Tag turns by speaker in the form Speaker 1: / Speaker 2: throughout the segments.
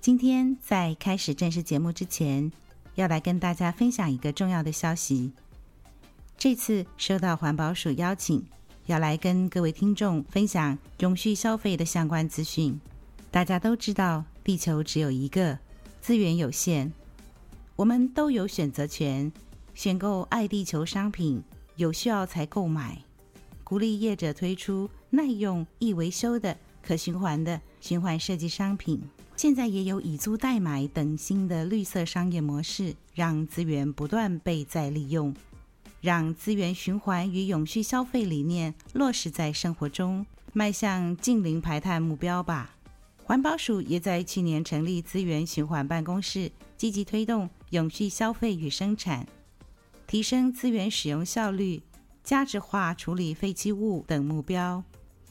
Speaker 1: 今天在开始正式节目之前，要来跟大家分享一个重要的消息。这次收到环保署邀请，要来跟各位听众分享永续消费的相关资讯。大家都知道，地球只有一个，资源有限，我们都有选择权。选购爱地球商品，有需要才购买。鼓励业者推出耐用、易维修的、可循环的循环设计商品。现在也有以租代买等新的绿色商业模式，让资源不断被再利用，让资源循环与永续消费理念落实在生活中，迈向近零排碳目标吧。环保署也在去年成立资源循环办公室，积极推动永续消费与生产，提升资源使用效率，价值化处理废弃物等目标。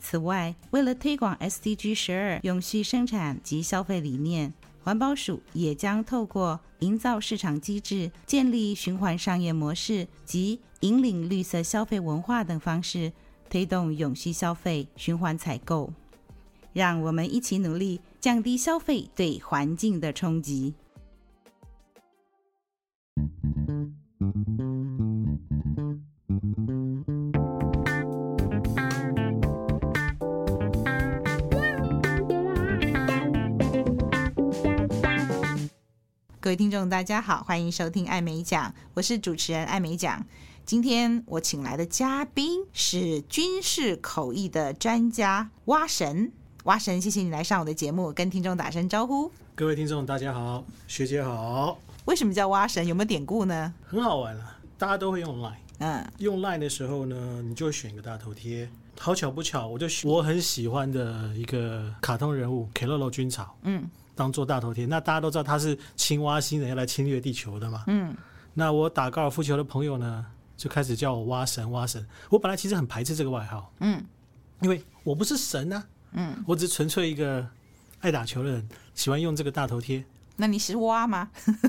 Speaker 1: 此外，为了推广 SDG 十二永续生产及消费理念，环保署也将透过营造市场机制、建立循环商业模式及引领绿色消费文化等方式，推动永续消费、循环采购。让我们一起努力，降低消费对环境的冲击。各位听众，大家好，欢迎收听艾美奖，我是主持人艾美奖。今天我请来的嘉宾是军事口译的专家蛙神。蛙神，谢谢你来上我的节目，跟听众打声招呼。
Speaker 2: 各位听众，大家好，学姐好，
Speaker 1: 为什么叫蛙神？有没有典故呢？
Speaker 2: 很好玩啊，大家都会用 Line。
Speaker 1: 嗯，
Speaker 2: 用 Line 的时候呢，你就会选一个大头贴。好巧不巧，我就选我很喜欢的一个卡通人物 k 洛洛军草，
Speaker 1: 嗯，
Speaker 2: 当做大头贴。那大家都知道他是青蛙星人要来侵略地球的嘛。
Speaker 1: 嗯，
Speaker 2: 那我打高尔夫球的朋友呢，就开始叫我蛙神，蛙神。我本来其实很排斥这个外号，
Speaker 1: 嗯，
Speaker 2: 因为我不是神啊，
Speaker 1: 嗯，
Speaker 2: 我只是纯粹一个爱打球的人，喜欢用这个大头贴。
Speaker 1: 那你是蛙吗？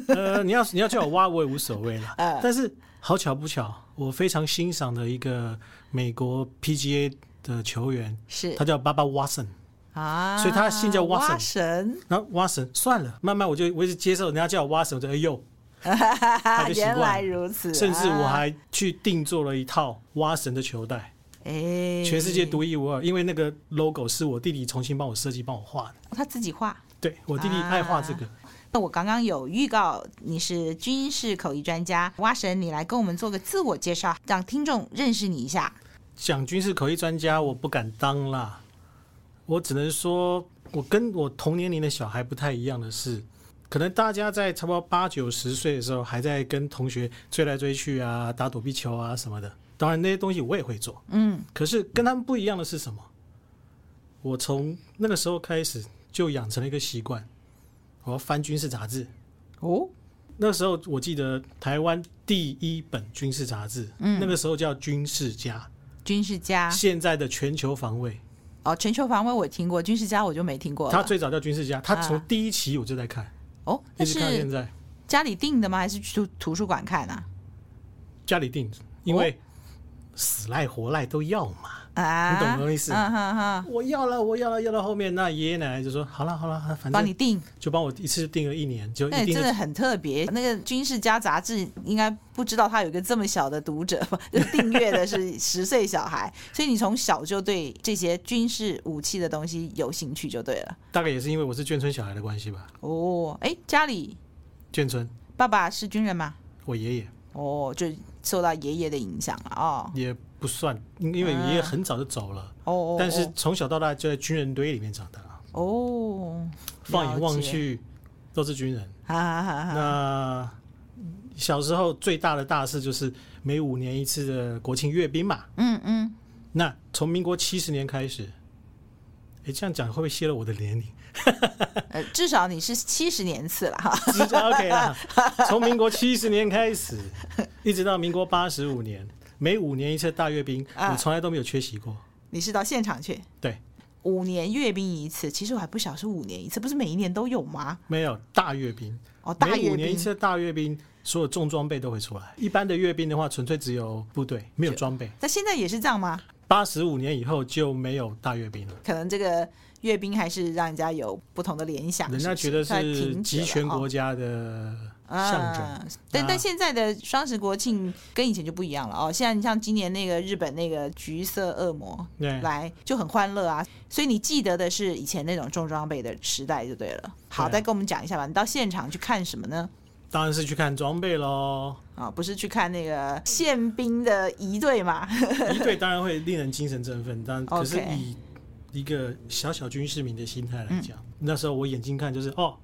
Speaker 2: 呃，你要你要叫我蛙，我也无所谓啦。
Speaker 1: 呃
Speaker 2: 但是好巧不巧，我非常欣赏的一个美国 PGA 的球员，
Speaker 1: 是
Speaker 2: 他叫爸爸 Watson。
Speaker 1: 啊，
Speaker 2: 所以他姓叫蛙神
Speaker 1: 蛙神，
Speaker 2: 然后 Watson 算了，慢慢我就我一直接受人家叫我 Watson，我就哎呦， 他就 习
Speaker 1: 原来
Speaker 2: 惯了。
Speaker 1: 如此，
Speaker 2: 甚至我
Speaker 1: 啊
Speaker 2: 还去定做了一套蛙神的球带，
Speaker 1: 哎，
Speaker 2: 全世界独一无二。因为那个 logo 是我弟弟重新帮我设计、帮我画的。
Speaker 1: 哦他自己画。
Speaker 2: 对我弟弟爱画这
Speaker 1: 啊
Speaker 2: 个，
Speaker 1: 那我刚刚有预告你是军事口译专家，蛙神，你来跟我们做个自我介绍，让听众认识你一下。
Speaker 2: 讲军事口译专家，我不敢当啦。我只能说，我跟我同年龄的小孩不太一样的是，可能大家在差不多八九十岁的时候，还在跟同学追来追去啊，打躲避球啊什么的。当然那些东西我也会做，
Speaker 1: 嗯，
Speaker 2: 可是跟他们不一样的是什么？我从那个时候开始就养成了一个习惯，我要翻军事杂志。
Speaker 1: 哦，
Speaker 2: 那时候我记得台湾第一本军事杂志，
Speaker 1: 嗯
Speaker 2: 那个时候叫《军事家》。
Speaker 1: 军事家
Speaker 2: 现在的全球防卫，
Speaker 1: 哦，全球防卫我听过，军事家我就没听过了。
Speaker 2: 他最早叫军事家，他从
Speaker 1: 啊
Speaker 2: 第一期我就在看，
Speaker 1: 哦，
Speaker 2: 一
Speaker 1: 那
Speaker 2: 直看到现
Speaker 1: 是
Speaker 2: 在。
Speaker 1: 家里订的吗？还是去图图书馆看啊？
Speaker 2: 家里定，因为死赖活赖都要嘛。
Speaker 1: 啊，
Speaker 2: 你懂我的意思
Speaker 1: 嗯哼哼，
Speaker 2: 我要了，我要了，要到后面，那爷爷奶奶就说好了，好了，反
Speaker 1: 帮你
Speaker 2: 正
Speaker 1: 订，
Speaker 2: 就帮我一次订了一年，就
Speaker 1: 那
Speaker 2: 一
Speaker 1: 你
Speaker 2: 定
Speaker 1: 真
Speaker 2: 的
Speaker 1: 的很特别。那个军事家杂志应该不知道他有一个这么小的读者，就订阅的 是十岁小孩，所以你从小就对这些军事武器的东西有兴趣就对了。
Speaker 2: 大概也是因为我是眷村小孩的关系吧。
Speaker 1: 哦，哎，家里
Speaker 2: 眷村，
Speaker 1: 爸爸是军人吗？
Speaker 2: 我爷爷
Speaker 1: 哦，就受到爷爷的影响了哦。
Speaker 2: 也不算，因因为
Speaker 1: 啊
Speaker 2: 爷爷很早就走了，
Speaker 1: 哦哦，
Speaker 2: 但是从小到大就在军人堆里面长大，
Speaker 1: 哦，
Speaker 2: 放眼望
Speaker 1: 了解，
Speaker 2: 去都是军人。
Speaker 1: 哈哈哈哈。
Speaker 2: 那小时候最大的大事就是每五年一次的国庆阅兵嘛。
Speaker 1: 嗯嗯，
Speaker 2: 那从民国七十年开始，哎，这样讲会不会泄露我的年龄
Speaker 1: 呃，至少你是七十年次了哈。
Speaker 2: 直接？OK 啦，从民国七十年开始，一直到民国八十五年，每五年一次的大阅兵，
Speaker 1: 啊
Speaker 2: 我从来都没有缺席过。
Speaker 1: 你是到现场去？
Speaker 2: 对，
Speaker 1: 五年阅兵一次，其实我还不晓得是五年一次，不是每一年都有吗？
Speaker 2: 没有大阅兵，
Speaker 1: 哦，大
Speaker 2: 每
Speaker 1: 阅
Speaker 2: 五年一
Speaker 1: 兵
Speaker 2: 次的大阅兵，所有重装备都会出来。一般的阅兵的话，纯粹只有部队，没有装备。
Speaker 1: 那现在也是这样吗？
Speaker 2: 八十五年以后就没有大阅兵了。
Speaker 1: 可能这个阅兵还是让人家有不同的联想。
Speaker 2: 人家觉
Speaker 1: 不
Speaker 2: 得
Speaker 1: 它
Speaker 2: 是
Speaker 1: 停止
Speaker 2: 集
Speaker 1: 了
Speaker 2: 权
Speaker 1: 哦
Speaker 2: 国家的象征。
Speaker 1: 啊。但
Speaker 2: 啊
Speaker 1: 但现在的双十国庆跟以前就不一样了哦。现在你像今年那个日本那个橘色恶魔
Speaker 2: 对，
Speaker 1: 来就很欢乐啊，所以你记得的是以前那种重装备的时代就对了。好，
Speaker 2: 对啊
Speaker 1: 再跟我们讲一下吧。你到现场去看什么呢？
Speaker 2: 当然是去看装 备喽。
Speaker 1: 啊，不是去看那个宪兵的仪队嘛？
Speaker 2: 一队当然会令人精神振奋，但
Speaker 1: OK
Speaker 2: 可是以一个小小军事民的心态来
Speaker 1: 嗯
Speaker 2: 讲，那时候我眼睛看就是哦，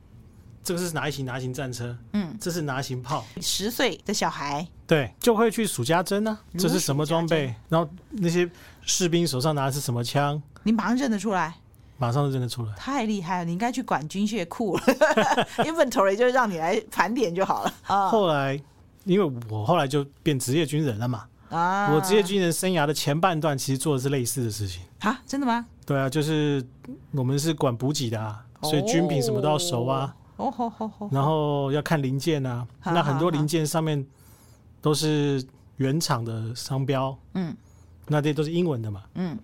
Speaker 2: 这个是哪一型哪一型战车，
Speaker 1: 嗯，
Speaker 2: 这是哪一型炮，
Speaker 1: 十岁的小孩
Speaker 2: 对，就会去数家珍啊，
Speaker 1: 嗯如数
Speaker 2: 这是什么装备，然后那些士兵手上拿的是什么枪，
Speaker 1: 你马上认得出来，
Speaker 2: 马上就认得出来。
Speaker 1: 太厉害了！你应该去管军械库 了 ，inventory 就是让你来盘点就好了啊
Speaker 2: 后来，因为我后来就变职业军人了嘛，
Speaker 1: 啊！
Speaker 2: 我职业军人生涯的前半段其实做的是类似的事情。
Speaker 1: 啊，真的吗？
Speaker 2: 对啊，就是我们是管补给的啊，所以军品什么都要熟啊，
Speaker 1: 哦。哦吼吼吼！
Speaker 2: 然后要看零件啊。
Speaker 1: 好
Speaker 2: 那很
Speaker 1: 好好
Speaker 2: 多零件上面都是原厂的商标，
Speaker 1: 嗯
Speaker 2: 那这些都是英文的嘛。
Speaker 1: 嗯，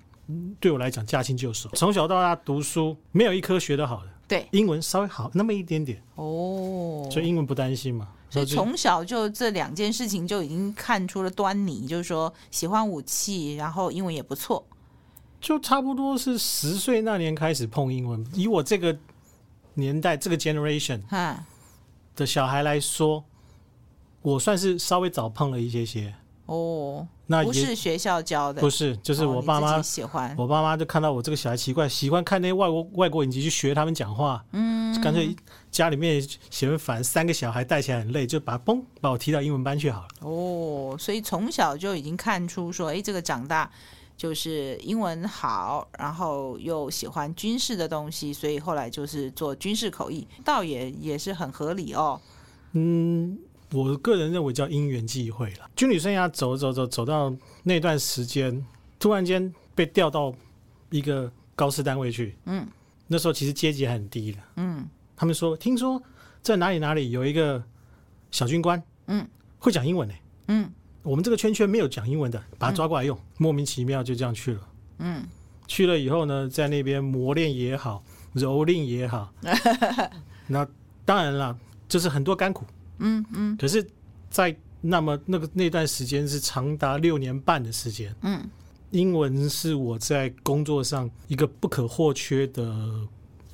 Speaker 2: 对我来讲驾轻就熟，从小到大读书没有一科学得好的，
Speaker 1: 对
Speaker 2: 英文稍微好那么一点点，
Speaker 1: 哦。
Speaker 2: 所以英文不担心嘛。
Speaker 1: 所以
Speaker 2: 然后就
Speaker 1: 从小就这两件事情就已经看出了端倪，就是说喜欢武器，然后英文也不错。
Speaker 2: 就差不多是十岁那年开始碰英文，以我这个年代这个 generation
Speaker 1: 哈，
Speaker 2: 的小孩来说，我算是稍微早碰了一些些。
Speaker 1: 哦，
Speaker 2: 那
Speaker 1: 不
Speaker 2: 也
Speaker 1: 是学校教的，
Speaker 2: 不是，就是
Speaker 1: 哦
Speaker 2: 我
Speaker 1: 你
Speaker 2: 爸
Speaker 1: 自己
Speaker 2: 妈，
Speaker 1: 喜欢。
Speaker 2: 我爸妈就看到我这个小孩奇怪，喜欢看那些外国外国影集去学他们讲话，嗯，就干脆家里面嫌烦，三个小孩带起来很累，就把嘣把我踢到英文班去好了。
Speaker 1: 哦，所以从小就已经看出说，哎，这个长大就是英文好，然后又喜欢军事的东西，所以后来就是做军事口译，倒也也是很合理哦。
Speaker 2: 嗯，我个人认为叫因缘际会了。军旅生涯走走走走到那段时间，突然间被调到一个高师单位去，嗯，那时候其实阶级还很低的，嗯，他们说听说在哪里哪里有一个小军官，
Speaker 1: 嗯，
Speaker 2: 会讲英文呢、
Speaker 1: 嗯，
Speaker 2: 我们这个圈圈没有讲英文的，把他抓过来用，莫名其妙就这样去了，
Speaker 1: 嗯，
Speaker 2: 去了以后呢，在那边磨练也好，蹂躏 也好，那当然了，就是很多甘苦。
Speaker 1: 嗯嗯
Speaker 2: 可是，在那么那个那段时间是长达六年半的时间，
Speaker 1: 嗯，
Speaker 2: 英文是我在工作上一个不可或缺的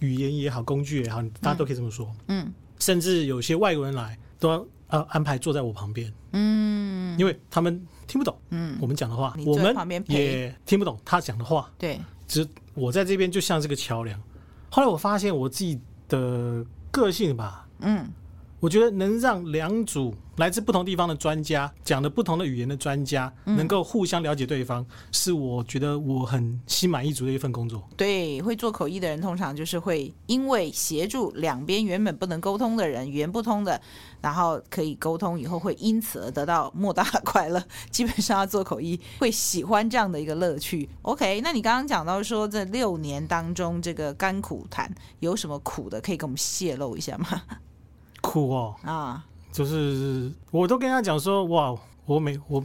Speaker 2: 语言也好，工具也好，大家都可以这么说。
Speaker 1: 嗯
Speaker 2: 甚至有些外国人来都要呃安排坐在我旁边，
Speaker 1: 嗯
Speaker 2: 因为他们听不懂
Speaker 1: 嗯，
Speaker 2: 我们讲的话
Speaker 1: 你，
Speaker 2: 我
Speaker 1: 坐在
Speaker 2: 们
Speaker 1: 旁边陪
Speaker 2: 也听不懂他讲的话。
Speaker 1: 对，
Speaker 2: 只我在这边就像这个桥梁。后来我发现我自己的个性吧，
Speaker 1: 嗯
Speaker 2: 我觉得能让两组来自不同地方的专家讲的不同的语言的专家，能够互相了解对方，是我觉得我很心满意足的一份工作。
Speaker 1: 对，会做口译的人通常就是会因为协助两边原本不能沟通的人、语言不通的，然后可以沟通以后，会因此而得到莫大的快乐。 基本上要做口译会喜欢这样的一个乐趣。OK，那你刚刚讲到说这六年当中这个甘苦谈有什么苦的，可以给我们泄露一下吗？
Speaker 2: 酷哦，
Speaker 1: 啊，
Speaker 2: 就是我都跟他讲说，哇，我每我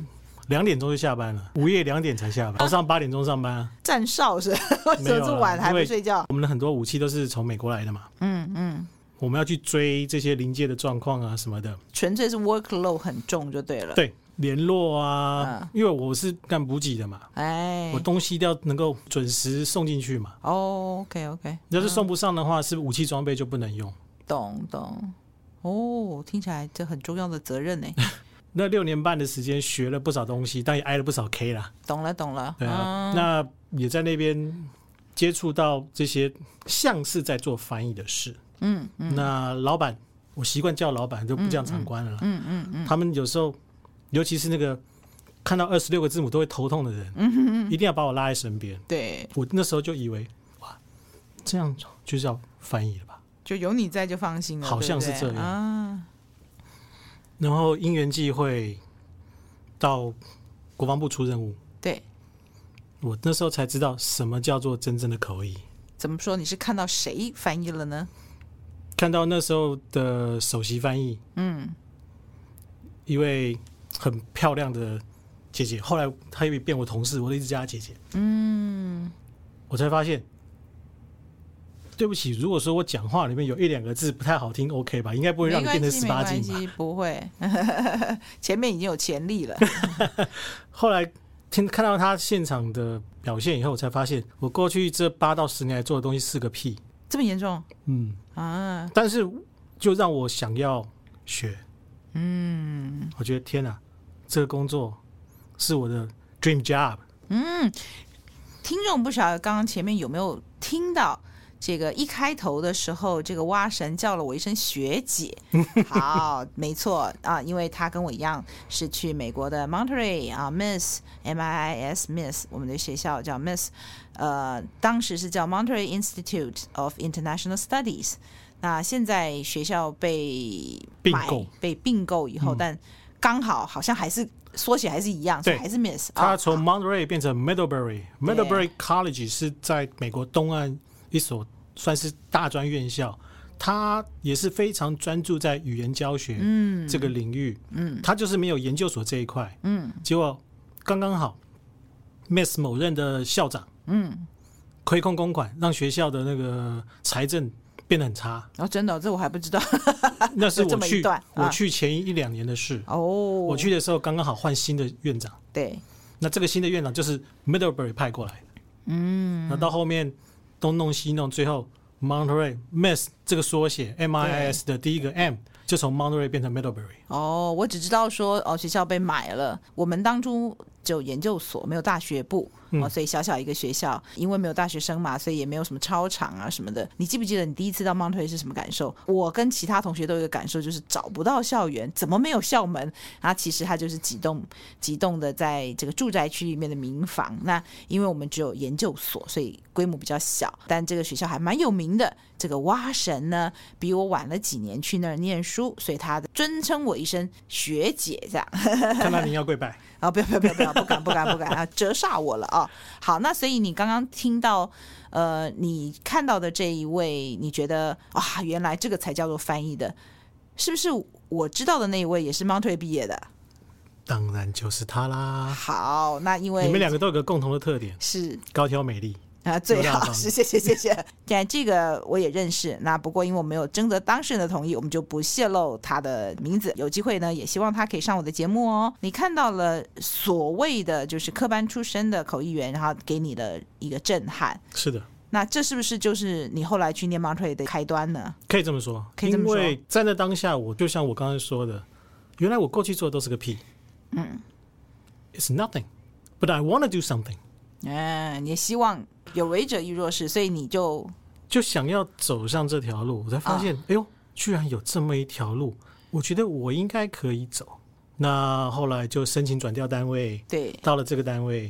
Speaker 2: 两点钟就下班了，午夜两点才下班，早上八点钟上班、啊。
Speaker 1: 站哨是 为
Speaker 2: 没
Speaker 1: 什么
Speaker 2: 有啦
Speaker 1: 这么晚还
Speaker 2: 因
Speaker 1: 不
Speaker 2: 为
Speaker 1: 睡觉？
Speaker 2: 我们的很多武器都是从美国来的嘛，
Speaker 1: 嗯嗯，
Speaker 2: 我们要去追这些临界的状况啊什么的，
Speaker 1: 纯粹是 workload 很重就对了。，
Speaker 2: 对，联络
Speaker 1: 嗯
Speaker 2: 啊，因为我是干补给的嘛，
Speaker 1: 哎
Speaker 2: 我东西一定要能够准时送进去嘛。
Speaker 1: ，OK OK。
Speaker 2: 要是送不上的
Speaker 1: 嗯
Speaker 2: 话，是不是武器装备就不能用？
Speaker 1: 懂懂。哦，听起来这很重要的责任欸 呢。
Speaker 2: 那六年半的时间学了不少东西，但也挨了不少 K 啦。
Speaker 1: 懂了懂了。
Speaker 2: 对啊，
Speaker 1: 嗯
Speaker 2: 那也在那边接触到这些像是在做翻译的事。
Speaker 1: 嗯嗯
Speaker 2: 那老板，我习惯叫老板，就不叫长官了啦。
Speaker 1: 嗯嗯嗯，
Speaker 2: 他们有时候，尤其是那个看到二十六个字母都会头痛的人，
Speaker 1: 嗯
Speaker 2: 一定要把我拉在身边。
Speaker 1: 对，
Speaker 2: 我那时候就以为，哇，这样就叫翻译了吧？
Speaker 1: 就有你在就放心了。
Speaker 2: 好像是
Speaker 1: 对不对
Speaker 2: 这样
Speaker 1: 啊。
Speaker 2: 然后因缘际会到国防部出任务，
Speaker 1: 对，
Speaker 2: 我那时候才知道什么叫做真正的口译。
Speaker 1: 怎么说？你是看到谁翻译了呢？
Speaker 2: 看到那时候的首席翻译，
Speaker 1: 嗯，
Speaker 2: 一位很漂亮的姐姐，后来她也变我同事，我都一直叫她姐姐。嗯，我才发现对不起，如果说我讲话里面有一两个字不太好听，OK 吧？应该不会让
Speaker 1: 没
Speaker 2: 你变
Speaker 1: 关
Speaker 2: 成
Speaker 1: 系，
Speaker 2: 十
Speaker 1: 没
Speaker 2: 八
Speaker 1: 关
Speaker 2: 禁吧？
Speaker 1: 系，不会。 前面已经有潜 力了，
Speaker 2: 后来听看到他现场的表现以后，我才发现我过去这八到十年来做的东西是个屁。
Speaker 1: 这么严重
Speaker 2: 嗯，
Speaker 1: 啊？
Speaker 2: 但是就让我想要学。嗯，我觉得天哪、这个工作是我的 dream job。
Speaker 1: 听众不晓得刚刚前面有没有听到？这个一开头的时候，这个蛙神叫了我一声学 姐，好，没错啊，因为他跟我一样是去美国的 Monterey 啊，Miss M I I S Miss，我们的学校叫 Miss，呃，当时是叫 Monterey Institute of International Studies，那现在学校被
Speaker 2: 并
Speaker 1: 买
Speaker 2: 购嗯
Speaker 1: 被并购以后，但刚好好像还是缩写还是一样，所以
Speaker 2: 对
Speaker 1: 还是 Miss，啊
Speaker 2: 他从 Monterey 变成 Middlebury。Middlebury College 是在美国东岸一所算是大专院校，它也是非常专注在语言教学这个领域。嗯，它就是没有研究所这一块。嗯，结果刚刚好，Miss 某任的校长，嗯，亏空公款，让学校的那个财政变得 很差。
Speaker 1: 哦，真的哦、这我还不知道
Speaker 2: 那是
Speaker 1: 有这
Speaker 2: 我
Speaker 1: 么一
Speaker 2: 去
Speaker 1: 段
Speaker 2: 我
Speaker 1: 啊
Speaker 2: 去前一两年的事。
Speaker 1: 哦。
Speaker 2: 我
Speaker 1: 我
Speaker 2: 去的时候刚刚好换新的院长。
Speaker 1: 对，
Speaker 2: 那这个新的院长就是 Middlebury 派过来的。嗯，那到后面东弄西弄，最后 Monterey Miss 这个缩写 M I S 的第一个 M 就从 Monterey 变 成 Middlebury。
Speaker 1: 哦，我只知道说哦，学校被买了。我们当初只有研究所，没有大学部，
Speaker 2: 嗯
Speaker 1: 哦，所以小小一个学校，因为没有大学生嘛，所以也没有什么操场啊什么的。你记不记得你第一次到 Monterey 是什么感受？我跟其他同学都有一个感受，就是找不到校园，怎么没有校门？啊，其实它就是几栋 几栋的在这个住宅区里面的民房。那因为我们只有研究所，所以规模比较小，但这个学校还蛮有名的。这个蛙神呢，比我晚了几年去那儿念书，所以他尊称我一声学姐这样。
Speaker 2: 看到你要跪拜，
Speaker 1: 啊、不要不要不要不要，不敢不敢不敢啊，折煞我了啊！好，那所以你刚刚听到，呃，你看到的这一位，你觉得哇、原来这个才叫做翻译的，是不是？我知道的那一位也是 Monterey 毕业的。
Speaker 2: 当然就是他啦。
Speaker 1: 好，那因为
Speaker 2: 你们两个都有个共同的特点：
Speaker 1: 是
Speaker 2: 高挑美丽。
Speaker 1: 啊，最
Speaker 2: 大
Speaker 1: 好
Speaker 2: 方
Speaker 1: 是谢谢谢谢。 对，这个我也认识。那不过因为我没有征得当事人的同意，我们就不泄露他的名字。有机会呢，也希望他可以上我的节目哦。你看到了所谓的就是科班出身的口译员，然后给你的一个震撼。
Speaker 2: 是的，
Speaker 1: 那这是不是就是你后来去念 Monterey 的开端呢？
Speaker 2: 可以这么说。
Speaker 1: 可以这么说
Speaker 2: 因为在那当下，我就像我刚才说的，原来我过去做的都是个屁。嗯，It's nothing, but I want to do something，
Speaker 1: 嗯，你也希望有为者亦若是，所以你就
Speaker 2: 就想要走上这条路，我才发现，哎呦，居然有这么一条路，我觉得我应该可以走。那后来就申请转调单位，
Speaker 1: 对
Speaker 2: 到了这个单位，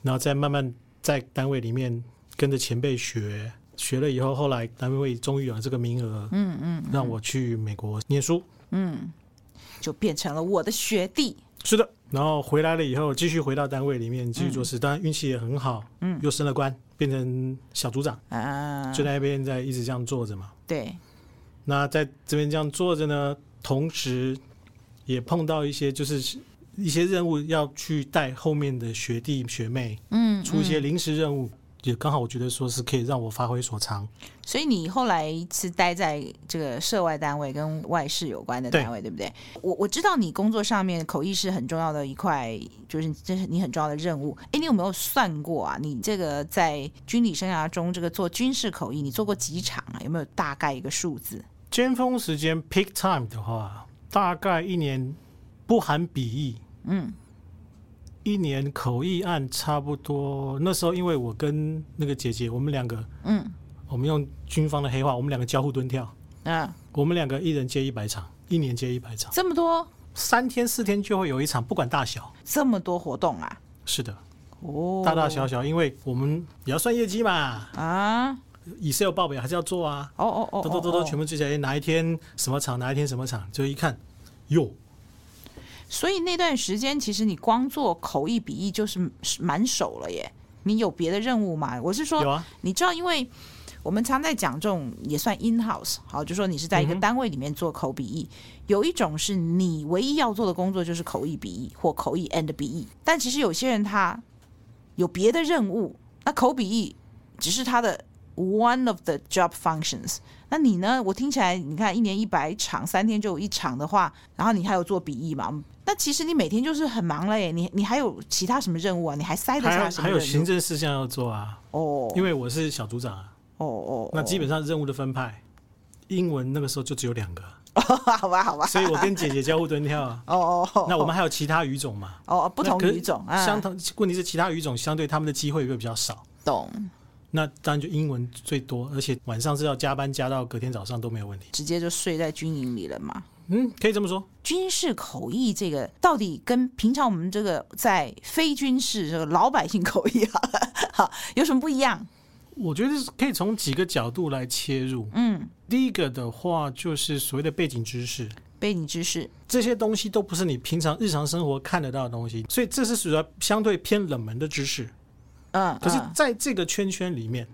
Speaker 2: 然后再慢慢在单位里面跟着前辈学，学了以后，后来单位终于有了这个名额，嗯嗯，让我去美国念书。
Speaker 1: 就变成了我的学弟。
Speaker 2: 是的，然后回来了以后，继续回到单位里面继续做事，当然运气也很好，嗯，又升了官，变成小组长，
Speaker 1: 啊，
Speaker 2: 就在那边在一直这样坐着嘛。
Speaker 1: 对，
Speaker 2: 那在这边这样坐着呢，同时也碰到一些就是一些任务要去带后面的学弟学妹，嗯，出一些临时任务，也刚好我觉得说是可以让我发挥所长。
Speaker 1: 所以你后来是待在这个涉外单位跟外事有关的单位，对不对？我我知道你工作上面口译是很重要的一块，就是这是你很重要的任务。哎，你有没有算过啊？你这个在军旅生涯中，这个做军事口译，你做过几场啊？有没有大概一个数字？
Speaker 2: 尖峰时间 peak time 的话，大概一年不含笔译，嗯，一年口译案差不多。那时候因为我跟那个姐姐，我们两个，嗯，我们用军方的黑话，我们两个交互蹲跳，
Speaker 1: 嗯，
Speaker 2: 我们两个一人接一百场，一年接一百场。
Speaker 1: 这么多，
Speaker 2: 三天四天就会有一场，不管大小。
Speaker 1: 这么多活动啊！
Speaker 2: 是的，
Speaker 1: 哦，
Speaker 2: 大大小小，因为我们也要算业绩嘛
Speaker 1: 啊，
Speaker 2: ，Excel 报表还是要做啊，
Speaker 1: 哦哦哦，
Speaker 2: 都都都
Speaker 1: 哦
Speaker 2: 都
Speaker 1: 哦
Speaker 2: 全部记起来，哪一天什么场，哪一天什么场，就一看，哟，
Speaker 1: 所以那段时间，其实你光做口译笔译就是满手了耶。你有别的任务吗？我是
Speaker 2: 有
Speaker 1: 说，
Speaker 2: 啊，
Speaker 1: 你知道，因为我们常在讲这种也算 in house，好，就说你是在一
Speaker 2: 嗯
Speaker 1: 个单位里面做口笔译，有一种是你唯一要做的工作就是口译笔译或口译 and 笔译，但其实有些人他有别的任务，那口笔译只是他的 one of the job functions。那你呢？我听起来，你看一年一百场，三天就有一场的话，然后你还有做笔译嘛？那其实你每天就是很忙了耶，你你还有其他什么任务啊？你还塞得
Speaker 2: 还
Speaker 1: 下
Speaker 2: 有
Speaker 1: 什么
Speaker 2: 还有行
Speaker 1: 任务？
Speaker 2: 政事项要做啊，
Speaker 1: 哦
Speaker 2: 因为我是小组长啊，
Speaker 1: 哦哦，
Speaker 2: 那基本上任务的分派，英文那个时候就只有两 个，
Speaker 1: 哦好吧好吧，。
Speaker 2: 所以我跟姐姐交互蹲跳啊
Speaker 1: 哦哦哦，
Speaker 2: 那我们还有其他语种嘛？
Speaker 1: 哦哦不同
Speaker 2: 那可
Speaker 1: 语种啊，
Speaker 2: 相同问题是其他语种相对他们的机会会比较少。
Speaker 1: 懂，
Speaker 2: 那当然就英文最多，而且晚上是要加班加到隔天早上都没有问题。
Speaker 1: 直接就睡在军营里了嘛。
Speaker 2: 嗯，可以这么说。
Speaker 1: 军事口译这个到底跟平常我们这个在非军事这个老百姓口译啊，好有什么不一样？
Speaker 2: 我觉得是可以从几个角度来切入。
Speaker 1: 嗯，
Speaker 2: 第一个的话就是所谓的背景知识，
Speaker 1: 背景知识
Speaker 2: 这些东西都不是你平常日常生活看得到的东西，所以这是属于相对偏冷门的知识。
Speaker 1: 嗯，
Speaker 2: 可是
Speaker 1: 嗯
Speaker 2: 在这个圈圈里面，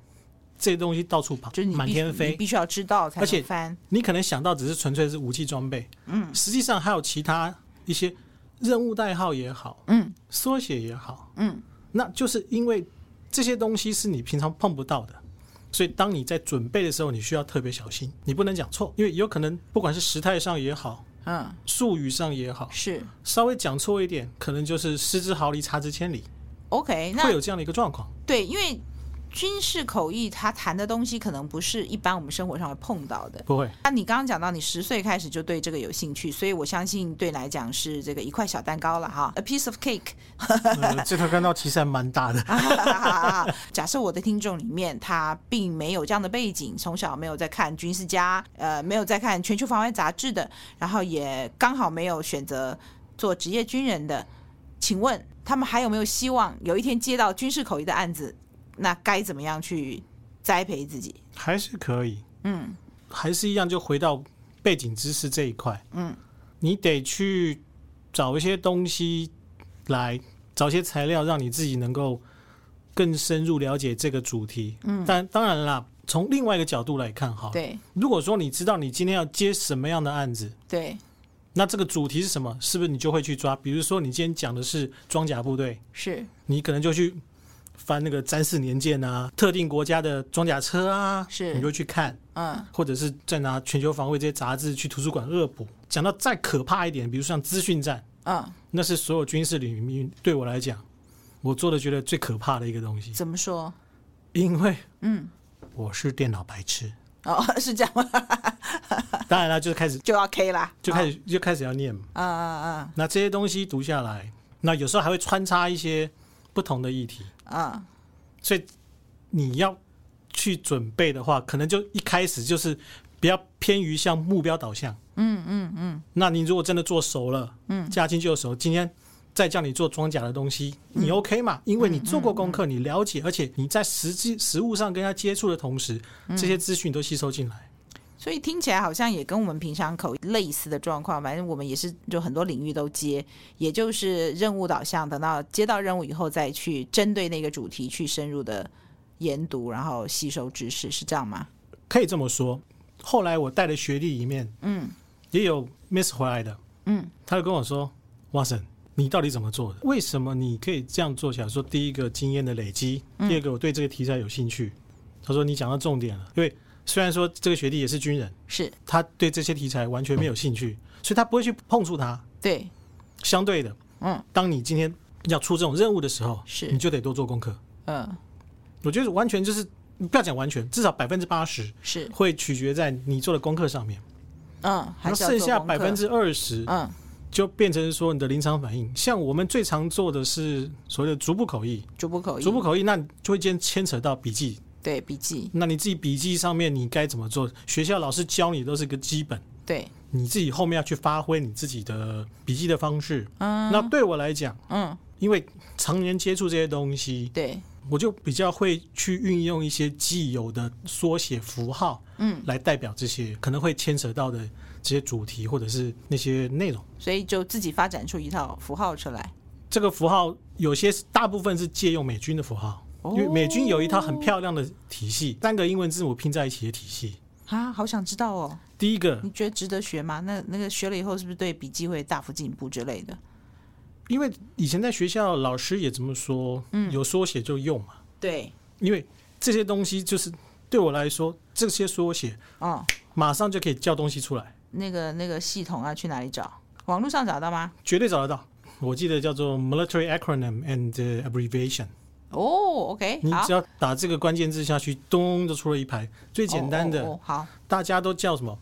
Speaker 2: 这些东西到处跑
Speaker 1: 就是，你
Speaker 2: 满
Speaker 1: 必
Speaker 2: 天
Speaker 1: 你
Speaker 2: 飞。
Speaker 1: 必须要知道才
Speaker 2: 而且
Speaker 1: 能翻。
Speaker 2: 你可能想到只是纯粹是武器装备，嗯，实际上还有其他一些任务代号也好，
Speaker 1: 嗯，
Speaker 2: 缩写也好，
Speaker 1: 嗯，
Speaker 2: 那就是因为这些东西是你平常碰不到的，所以当你在准备的时候，你需要特别小心，你不能讲错，因为有可能不管是时态上也好，
Speaker 1: 嗯，
Speaker 2: 术语上也好，
Speaker 1: 是
Speaker 2: 稍微讲错一点，可能就是失之毫厘，差之千里，
Speaker 1: OK 那。
Speaker 2: 会有这样的一个状况。
Speaker 1: 对，因为军事口译他谈的东西可能不是一般我们生活上会碰到的。
Speaker 2: 不 会，
Speaker 1: 那你刚刚讲到你十岁开始就对这个有兴趣，所以我相信对你来讲是这个一块小蛋糕了哈，a piece of cake。
Speaker 2: 呃、这条干道其实还蛮大的，
Speaker 1: 假设我的听众里面他并没有这样的背景，从小没有在看军事家，呃，没有在看全球防卫杂志的，然后也刚好没有选择做职业军人的，请问他们还有没有希望有一天接到军事口译的案子？那该怎么样去栽培自己？
Speaker 2: 还是可以，
Speaker 1: 嗯，
Speaker 2: 还是一样，就回到背景知识这一块。嗯，你得去找一些东西来，找一些材料，让你自己能够更深入了解这个主题。嗯，但当然啦，从另外一个角度来看，哈，
Speaker 1: 对
Speaker 2: 如果说你知道你今天要接什么样的案子，
Speaker 1: 对，
Speaker 2: 那这个主题是什么，是不是你就会去抓？比如说你今天讲的是装甲部队，
Speaker 1: 是
Speaker 2: 你可能就去翻那个詹氏年鉴啊，特定国家的装甲车啊，
Speaker 1: 是
Speaker 2: 你就去看。
Speaker 1: 嗯
Speaker 2: 或者是再拿全球防卫这些杂志去图书馆恶补。讲到再可怕一点，比如像资讯战，
Speaker 1: 嗯，
Speaker 2: 那是所有军事领域对我来讲，我做的觉得最可怕的一个东西，
Speaker 1: 怎么说？
Speaker 2: 因为
Speaker 1: 嗯，
Speaker 2: 我是电脑白痴。
Speaker 1: 哦，是这样吗？
Speaker 2: 当然了，就开始
Speaker 1: 就要 K 啦，
Speaker 2: 就开始就开始要念嘛。
Speaker 1: 啊啊啊
Speaker 2: 那这些东西读下来，那有时候还会穿插一些不同的议题，
Speaker 1: 啊！
Speaker 2: 所以你要去准备的话，可能就一开始就是比较偏于向目标导向。嗯嗯嗯。那你如果真的做熟了，嗯，驾轻就熟，今天再叫你做装甲的东西，你 OK 嘛？因为你做过功课，你了解，而且你在实际实物上跟他接触的同时，这些资讯都吸收进来。
Speaker 1: 所以听起来好像也跟我们平常口类似的状况，反正我们也是就很多领域都接，也就是任务导向，等到接到任务以后再去针对那个主题去深入的研读，然后吸收知识，是这样吗？
Speaker 2: 可以这么说。后来我带的学弟里面，嗯，也有 miss 回来的，嗯，他就跟我说，哇塞，你到底怎么做的？为什么你可以这样做起来？说第一个经验的累积，第二个我对这个题材有兴趣。他说你讲到重点了，因为虽然说这个学弟也是军人，
Speaker 1: 是
Speaker 2: 他对这些题材完全没有兴趣，所以他不会去碰触它。
Speaker 1: 对，
Speaker 2: 相对的，
Speaker 1: 嗯，
Speaker 2: 当你今天要出这种任务的时候，
Speaker 1: 是
Speaker 2: 你就得多做功课。
Speaker 1: 嗯，
Speaker 2: 我觉得完全就是不要讲完全，至少百分之八十
Speaker 1: 是，
Speaker 2: 会取决在你做的功课上面。
Speaker 1: 嗯，还
Speaker 2: 那
Speaker 1: 是要
Speaker 2: 剩
Speaker 1: 做
Speaker 2: 下
Speaker 1: 功课
Speaker 2: 百分，之二十
Speaker 1: 嗯，
Speaker 2: 就变成说你的临场反应。像我们最常做的是所谓的逐步口译，
Speaker 1: 逐步口译，
Speaker 2: 逐步口译，那就会牵牵扯到笔记。
Speaker 1: 对笔记，
Speaker 2: 那你自己笔记上面你该怎么做？学校老师教你都是个基本，
Speaker 1: 对，
Speaker 2: 你自己后面要去发挥你自己的笔记的方式。那对我来讲，
Speaker 1: 嗯，
Speaker 2: 因为常年接触这些东西，
Speaker 1: 对，
Speaker 2: 我就比较会去运用一些既有的缩写符号，嗯，来代表这些可能会牵扯到的这些主题或者是那些内容。
Speaker 1: 所以就自己发展出一套符号出来。
Speaker 2: 这个符号有些是大部分是借用美军的符号，因为美军有一套很漂亮的体系，三个英文字母拼在一起的体系。
Speaker 1: 啊，好想知道哦！
Speaker 2: 第一个
Speaker 1: 你，觉得值得学吗？那那个学了以后，是不是对笔记会大幅进步之类的？
Speaker 2: 因为以前在学校老师也这么说，有缩写就用嘛，
Speaker 1: 对，
Speaker 2: 因为这些东西就是对我来说，这些缩写
Speaker 1: 哦，
Speaker 2: 马上就可以叫东西出来，
Speaker 1: 那个那个系统要去哪里找？网络上找到吗？
Speaker 2: 绝对找得到。我记得叫做 Military Acronym and Abbreviation，
Speaker 1: 哦，OK，
Speaker 2: 你
Speaker 1: 好，
Speaker 2: 只要打这个关键字下去，咚就出了一排。最简单的，
Speaker 1: 哦哦哦好，
Speaker 2: 大家都叫什么？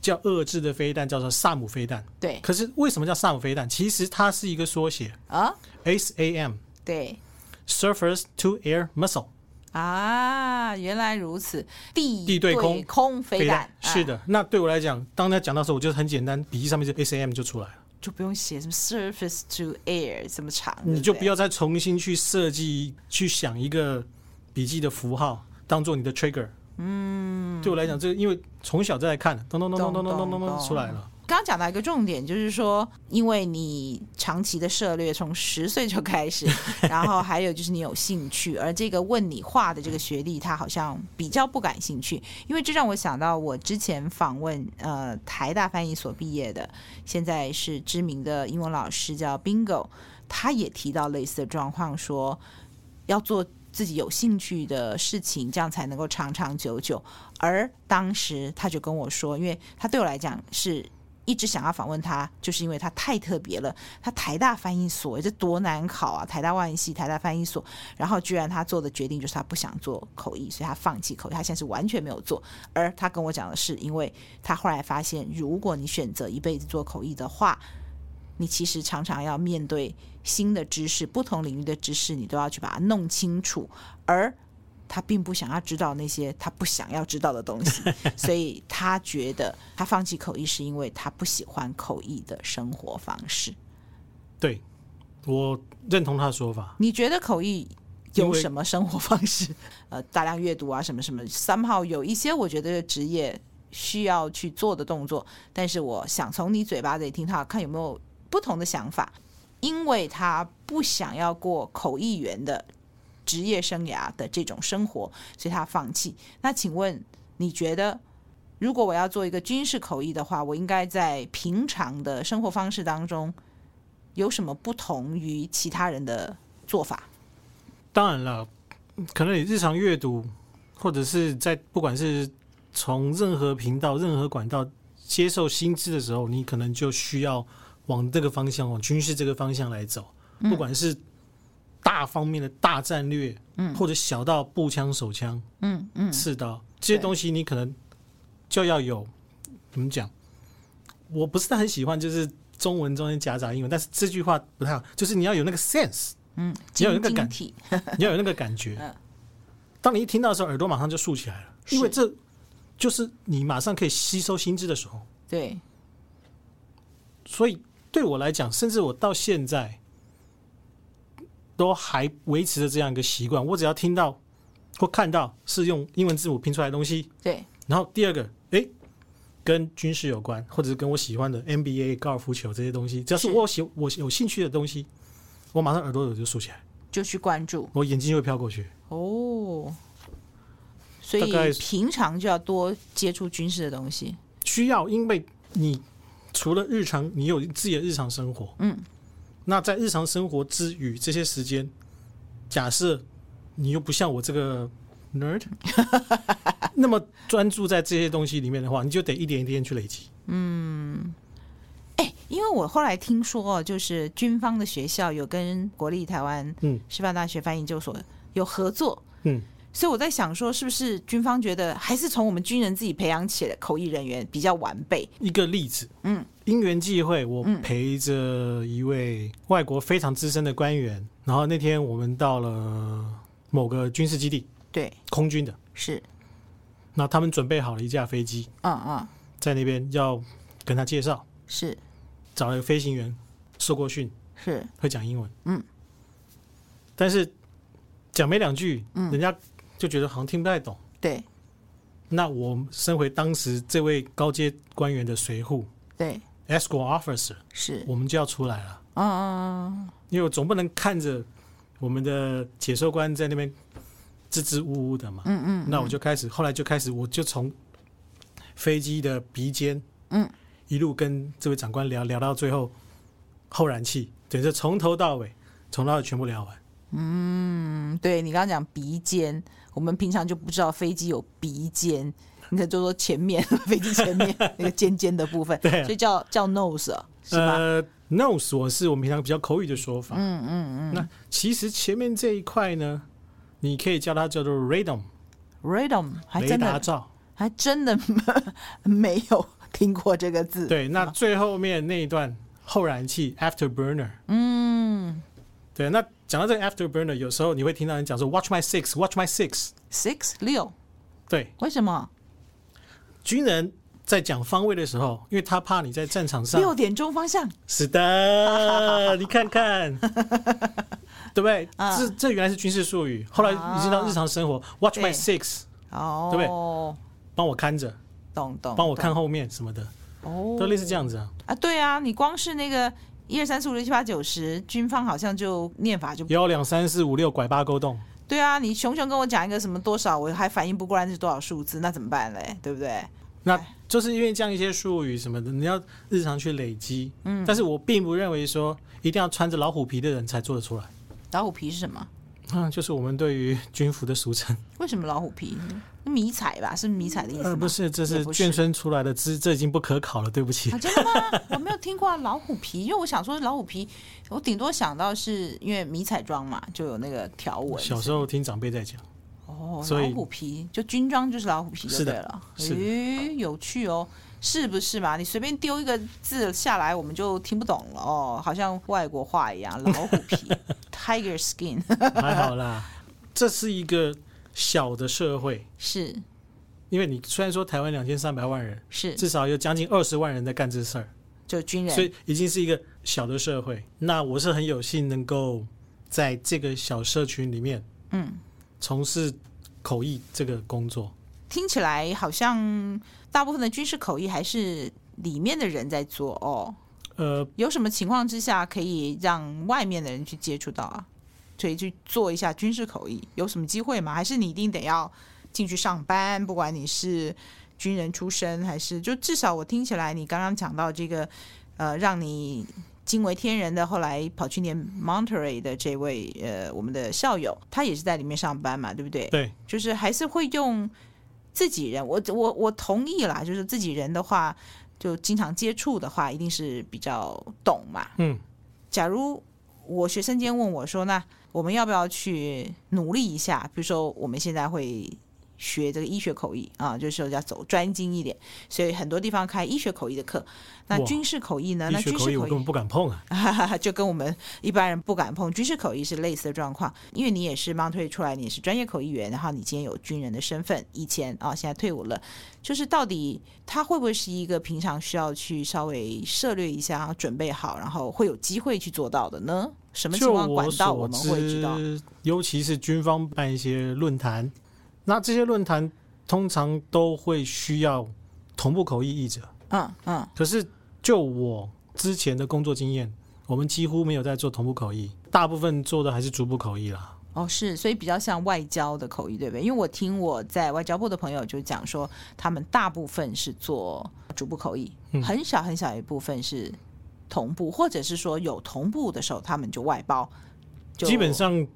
Speaker 2: 叫遏制的飞弹叫做萨姆飞弹。
Speaker 1: 对
Speaker 2: 可是为什么叫萨姆飞弹？其实它是一个缩写
Speaker 1: 啊，
Speaker 2: ，SAM
Speaker 1: 对
Speaker 2: Surface to Air Missile
Speaker 1: 啊，原来如此，地
Speaker 2: 地对空
Speaker 1: 空飞弹，啊
Speaker 2: 是，的，那对我来讲，当他讲到的时候，我就很简单，笔记上面就 SAM 就出来了，
Speaker 1: 就不用写什么 surface to air 这么长，对
Speaker 2: 你就
Speaker 1: 对
Speaker 2: 不要再重新去设计、去想一个笔记的符号当做你的 trigger。嗯，对我来讲，这个因为从小就在看，咚咚咚咚咚咚咚咚
Speaker 1: 咚
Speaker 2: 咚
Speaker 1: 咚
Speaker 2: 出来了。
Speaker 1: 刚刚讲到一个重点，就是说，因为你长期的涉猎从十岁就开始，然后还有就是你有兴趣，而这个问你画的这个学历，他好像比较不感兴趣，因为这让我想到我之前访问呃台大翻译所毕业的，现在是知名的英文老师叫 Bingo，他也提到类似的状况说要做。自己有兴趣的事情，这样才能够长长久久。而当时他就跟我说，因为他对我来讲是一直想要访问他，就是因为他太特别了。他台大翻译所这多难考啊！台大外文系、台大翻译所，然后居然他做的决定就是他不想做口译，所以他放弃口译，他现在是完全没有做。而他跟我讲的是，因为他后来发现，如果你选择一辈子做口译的话，你其实常常要面对新的知识、不同领域的知识，你都要去把它弄清楚，而。他并不想要知道那些他不想要知道的东西，所以他觉得他放弃口译是因为他不喜欢口译的生活方式。
Speaker 2: 对，我认同他的说法。
Speaker 1: 你觉得口译有
Speaker 2: 因为
Speaker 1: 什么生活方式？ 呃，大量阅读啊，什么什么，somehow 有一些我觉得职业需要去做的动作，但是我想从你嘴巴里听到看有没有不同的想法，因为他不想要过口译员的职业生涯的这种生活，所以他放弃。那请问你觉得？如果我要做一个军事口译的话，我应该在平常的生活方式当中有什么不同于其他人的做法？
Speaker 2: 当然了，可能你日常阅读，或者是在不管是从任何频道、任何管道接受新知的时候，你可能就需要往这个方向，往军事这个方向来走。
Speaker 1: 嗯
Speaker 2: 不管是大方面的大战略，嗯，或者小到步枪、手枪，
Speaker 1: 嗯嗯，
Speaker 2: 刺刀这些
Speaker 1: 对
Speaker 2: 东西，你可能就要有怎么讲？我不是很喜欢，就是中文中间夹杂英文，但是这句话不太好，就是你要有那个 sense。
Speaker 1: 嗯，
Speaker 2: 你要有
Speaker 1: 晶
Speaker 2: 那个
Speaker 1: 晶
Speaker 2: 感
Speaker 1: 体，
Speaker 2: 你要有那个感觉
Speaker 1: 嗯。
Speaker 2: 当你一听到的时候，耳朵马上就竖起来了，
Speaker 1: 是
Speaker 2: 因为这就是你马上可以吸收新知的时候。
Speaker 1: 对，
Speaker 2: 所以对我来讲，甚至我到现在都还维持着这样一个习惯。我只要听到或看到是用英文字母拼出来的东西，
Speaker 1: 对，
Speaker 2: 然后第二个，诶，跟军事有关，或者是跟我喜欢的 NBA、高尔夫球这些东西，只要是
Speaker 1: 是
Speaker 2: 我喜我有兴趣的东西，我马上耳朵就竖起来，
Speaker 1: 就去关注
Speaker 2: 我眼睛就会飘过去。
Speaker 1: 哦。所
Speaker 2: 大概
Speaker 1: 以
Speaker 2: 是
Speaker 1: 平常就要多接触军事的东西。
Speaker 2: 需要，因为你除了日常，你有自己的日常生活，
Speaker 1: 嗯，
Speaker 2: 那在日常生活之余，这些时间，假设你又不像我这个 nerd，那么专注在这些东西里面的话，你就得一点一点去累积。
Speaker 1: 哎，因为我后来听说，哦，就是军方的学校有跟国立台湾
Speaker 2: 嗯
Speaker 1: 师范大学翻译研究所有合作，
Speaker 2: 嗯，
Speaker 1: 所以我在想说，是不是军方觉得还是从我们军人自己培养起的口译人员比较完备？
Speaker 2: 一个例子，
Speaker 1: 嗯，
Speaker 2: 因缘际会，我
Speaker 1: 嗯
Speaker 2: 陪着一位外国非常资深的官员，然后那天我们到了某个军事基地，
Speaker 1: 对，
Speaker 2: 空军的，
Speaker 1: 是，
Speaker 2: 那他们准备好了一架飞机，
Speaker 1: 嗯嗯，
Speaker 2: 在那边要跟他介绍。
Speaker 1: 是
Speaker 2: 找了一个飞行员，受过训，
Speaker 1: 是，
Speaker 2: 会讲英文。
Speaker 1: 嗯，
Speaker 2: 但是讲没两句，人家就觉得好像听不太懂。
Speaker 1: 对
Speaker 2: 那我身为当时这位高阶官员的随护
Speaker 1: 对
Speaker 2: （escort officer），
Speaker 1: 是，
Speaker 2: 我们就要出来了，
Speaker 1: 嗯嗯
Speaker 2: 因为我总不能看着我们的解说官在那边支支吾吾的嘛。
Speaker 1: 嗯嗯
Speaker 2: 那我就开始，后来就开始，我就从飞机的鼻尖，
Speaker 1: 嗯，
Speaker 2: 一路跟这位长官聊聊到最后，后燃气，等于是从头到尾，从头到尾全部聊完。
Speaker 1: 嗯嗯，对你刚刚讲鼻尖，我们平常就不知道飞机有鼻尖，你可以就说前面 飞机前面那个尖尖的部分，
Speaker 2: 对啊
Speaker 1: 所以叫叫 nose 啊是吧？
Speaker 2: 呃，nose 我是我们平常比较口语的说法。嗯嗯嗯。那其实前面这一块呢，你可以叫它叫做 radom，
Speaker 1: Radom 还
Speaker 2: 雷
Speaker 1: 啊真
Speaker 2: 达
Speaker 1: 的
Speaker 2: 罩。
Speaker 1: 还真的 没有听过这个字。
Speaker 2: 对，那
Speaker 1: 啊
Speaker 2: 最后面那一段后燃气 afterburner。
Speaker 1: 嗯
Speaker 2: 对，那讲到这个 afterburner，有时候你会听到人讲说 watch my six，watch my six。
Speaker 1: ，six 六，
Speaker 2: 对，
Speaker 1: 为什么
Speaker 2: 军人在讲方位的时候，因为他怕你在战场上
Speaker 1: 六点钟方向？
Speaker 2: 是 的，你看看，对不对？
Speaker 1: 啊
Speaker 2: 这这原来是军事术语，后来已经到日常生活。Watch my
Speaker 1: 对
Speaker 2: six，
Speaker 1: 哦，
Speaker 2: 对不对
Speaker 1: 懂
Speaker 2: 帮我看着，
Speaker 1: 懂懂，
Speaker 2: 帮我看后面什么的，
Speaker 1: 哦，
Speaker 2: 都类似这样子啊。
Speaker 1: 啊，对啊，你光是那个一二三四五六七八九十，军方好像就念法就
Speaker 2: 幺两三四五六拐八勾动，
Speaker 1: 对啊，你熊熊跟我讲一个什么多少，我还反应不过来那是多少数字，那怎么办嘞？对不对？
Speaker 2: 那就是因为这样一些术语什么的，你要日常去累积。嗯，但是我并不认为说一定要穿着老虎皮的人才做得出来。
Speaker 1: 老虎皮是什么？
Speaker 2: 嗯，就是我们对于军服的俗称。
Speaker 1: 为什么老虎皮？迷彩吧， 是迷彩的意思吗？
Speaker 2: 呃，不是，这
Speaker 1: 也
Speaker 2: 是
Speaker 1: 不
Speaker 2: 眷村出来的，这这已经不可考了，对 不起
Speaker 1: 啊，。真的吗？我没有听过啊老虎皮，因为我想说老虎皮，我顶多想到是因为迷彩装嘛，就有那个条纹。
Speaker 2: 小时候听长 辈在讲。
Speaker 1: 哦，
Speaker 2: 所以
Speaker 1: 老虎皮就军装就是老虎皮就是
Speaker 2: 的
Speaker 1: 对了。
Speaker 2: 是的
Speaker 1: 诶，有趣哦，是不是嘛？你随便丢一个字下来，我们就听不懂了哦，好像外国话一样。老虎皮 （tiger skin）
Speaker 2: 还好啦，这是一个小的社会，
Speaker 1: 是
Speaker 2: 因为你虽然说台湾两千三百万人，
Speaker 1: 是，
Speaker 2: 至少有将近二十万人在干这事儿，
Speaker 1: 就军
Speaker 2: 所
Speaker 1: 人
Speaker 2: 以已经是一个小的社会。那我是很有幸能够在这个小社群里面，
Speaker 1: 嗯，
Speaker 2: 从事口译这个工作。
Speaker 1: 听起来好像大部分的军事口译还是里面的人在做哦。
Speaker 2: 呃，
Speaker 1: 有什么情况之下可以让外面的人去接触到啊？可以去做一下军事口译，有什么机会吗？还是你一定得要进去上班？不管你是军人出身，还是就至少我听起来，你刚刚讲到这个，呃，让你惊为天人的，后来跑去念 Monterey 的这位呃，我们的校友，他也是在里面上班嘛，对不对？
Speaker 2: 对，
Speaker 1: 就是还是会用自己人。我我我同意啦，就是自己人的话，就经常接触的话，一定是比较懂嘛。
Speaker 2: 嗯，
Speaker 1: 假如我学生间问我说，那我们要不要去努力一下？比如说我们现在会。学这个医学口译啊，就是要走专精一点，所以很多地方开医学口译的课。那
Speaker 2: 哇
Speaker 1: 军事口译呃呢？那
Speaker 2: 医学
Speaker 1: 军
Speaker 2: 口
Speaker 1: 事
Speaker 2: 译我
Speaker 1: 口
Speaker 2: 根本
Speaker 1: 译
Speaker 2: 不敢碰 啊。
Speaker 1: 就跟我们一般人不敢碰军事口译是类似的状况，因为你也是 m o 出来，你也是专业口译员，然后你今天有军人的身份，以前啊、现在退伍了，就是到底他会不会是一个平常需要去稍微涉略一下、准备好，然后会有机会去做到的呢？什么情
Speaker 2: 就
Speaker 1: 况管
Speaker 2: 我
Speaker 1: 道
Speaker 2: 所
Speaker 1: 我们会知道？
Speaker 2: 知，尤其是军方办一些论坛，那这些论坛通常都会需要同步口译译者。
Speaker 1: 嗯嗯，
Speaker 2: 可是就我之前的工作经验，我们几乎没有在做同步口译，大部分做的还是逐步口译啦。
Speaker 1: 哦，是，所以比较像外交的口译，对不对？因为我听我在外交部的朋友就讲说，他们大部分是做逐步口译，
Speaker 2: 嗯
Speaker 1: 很小很小一部分是同步，或者是说有同步的时候，他们就外包。就
Speaker 2: 基本，上，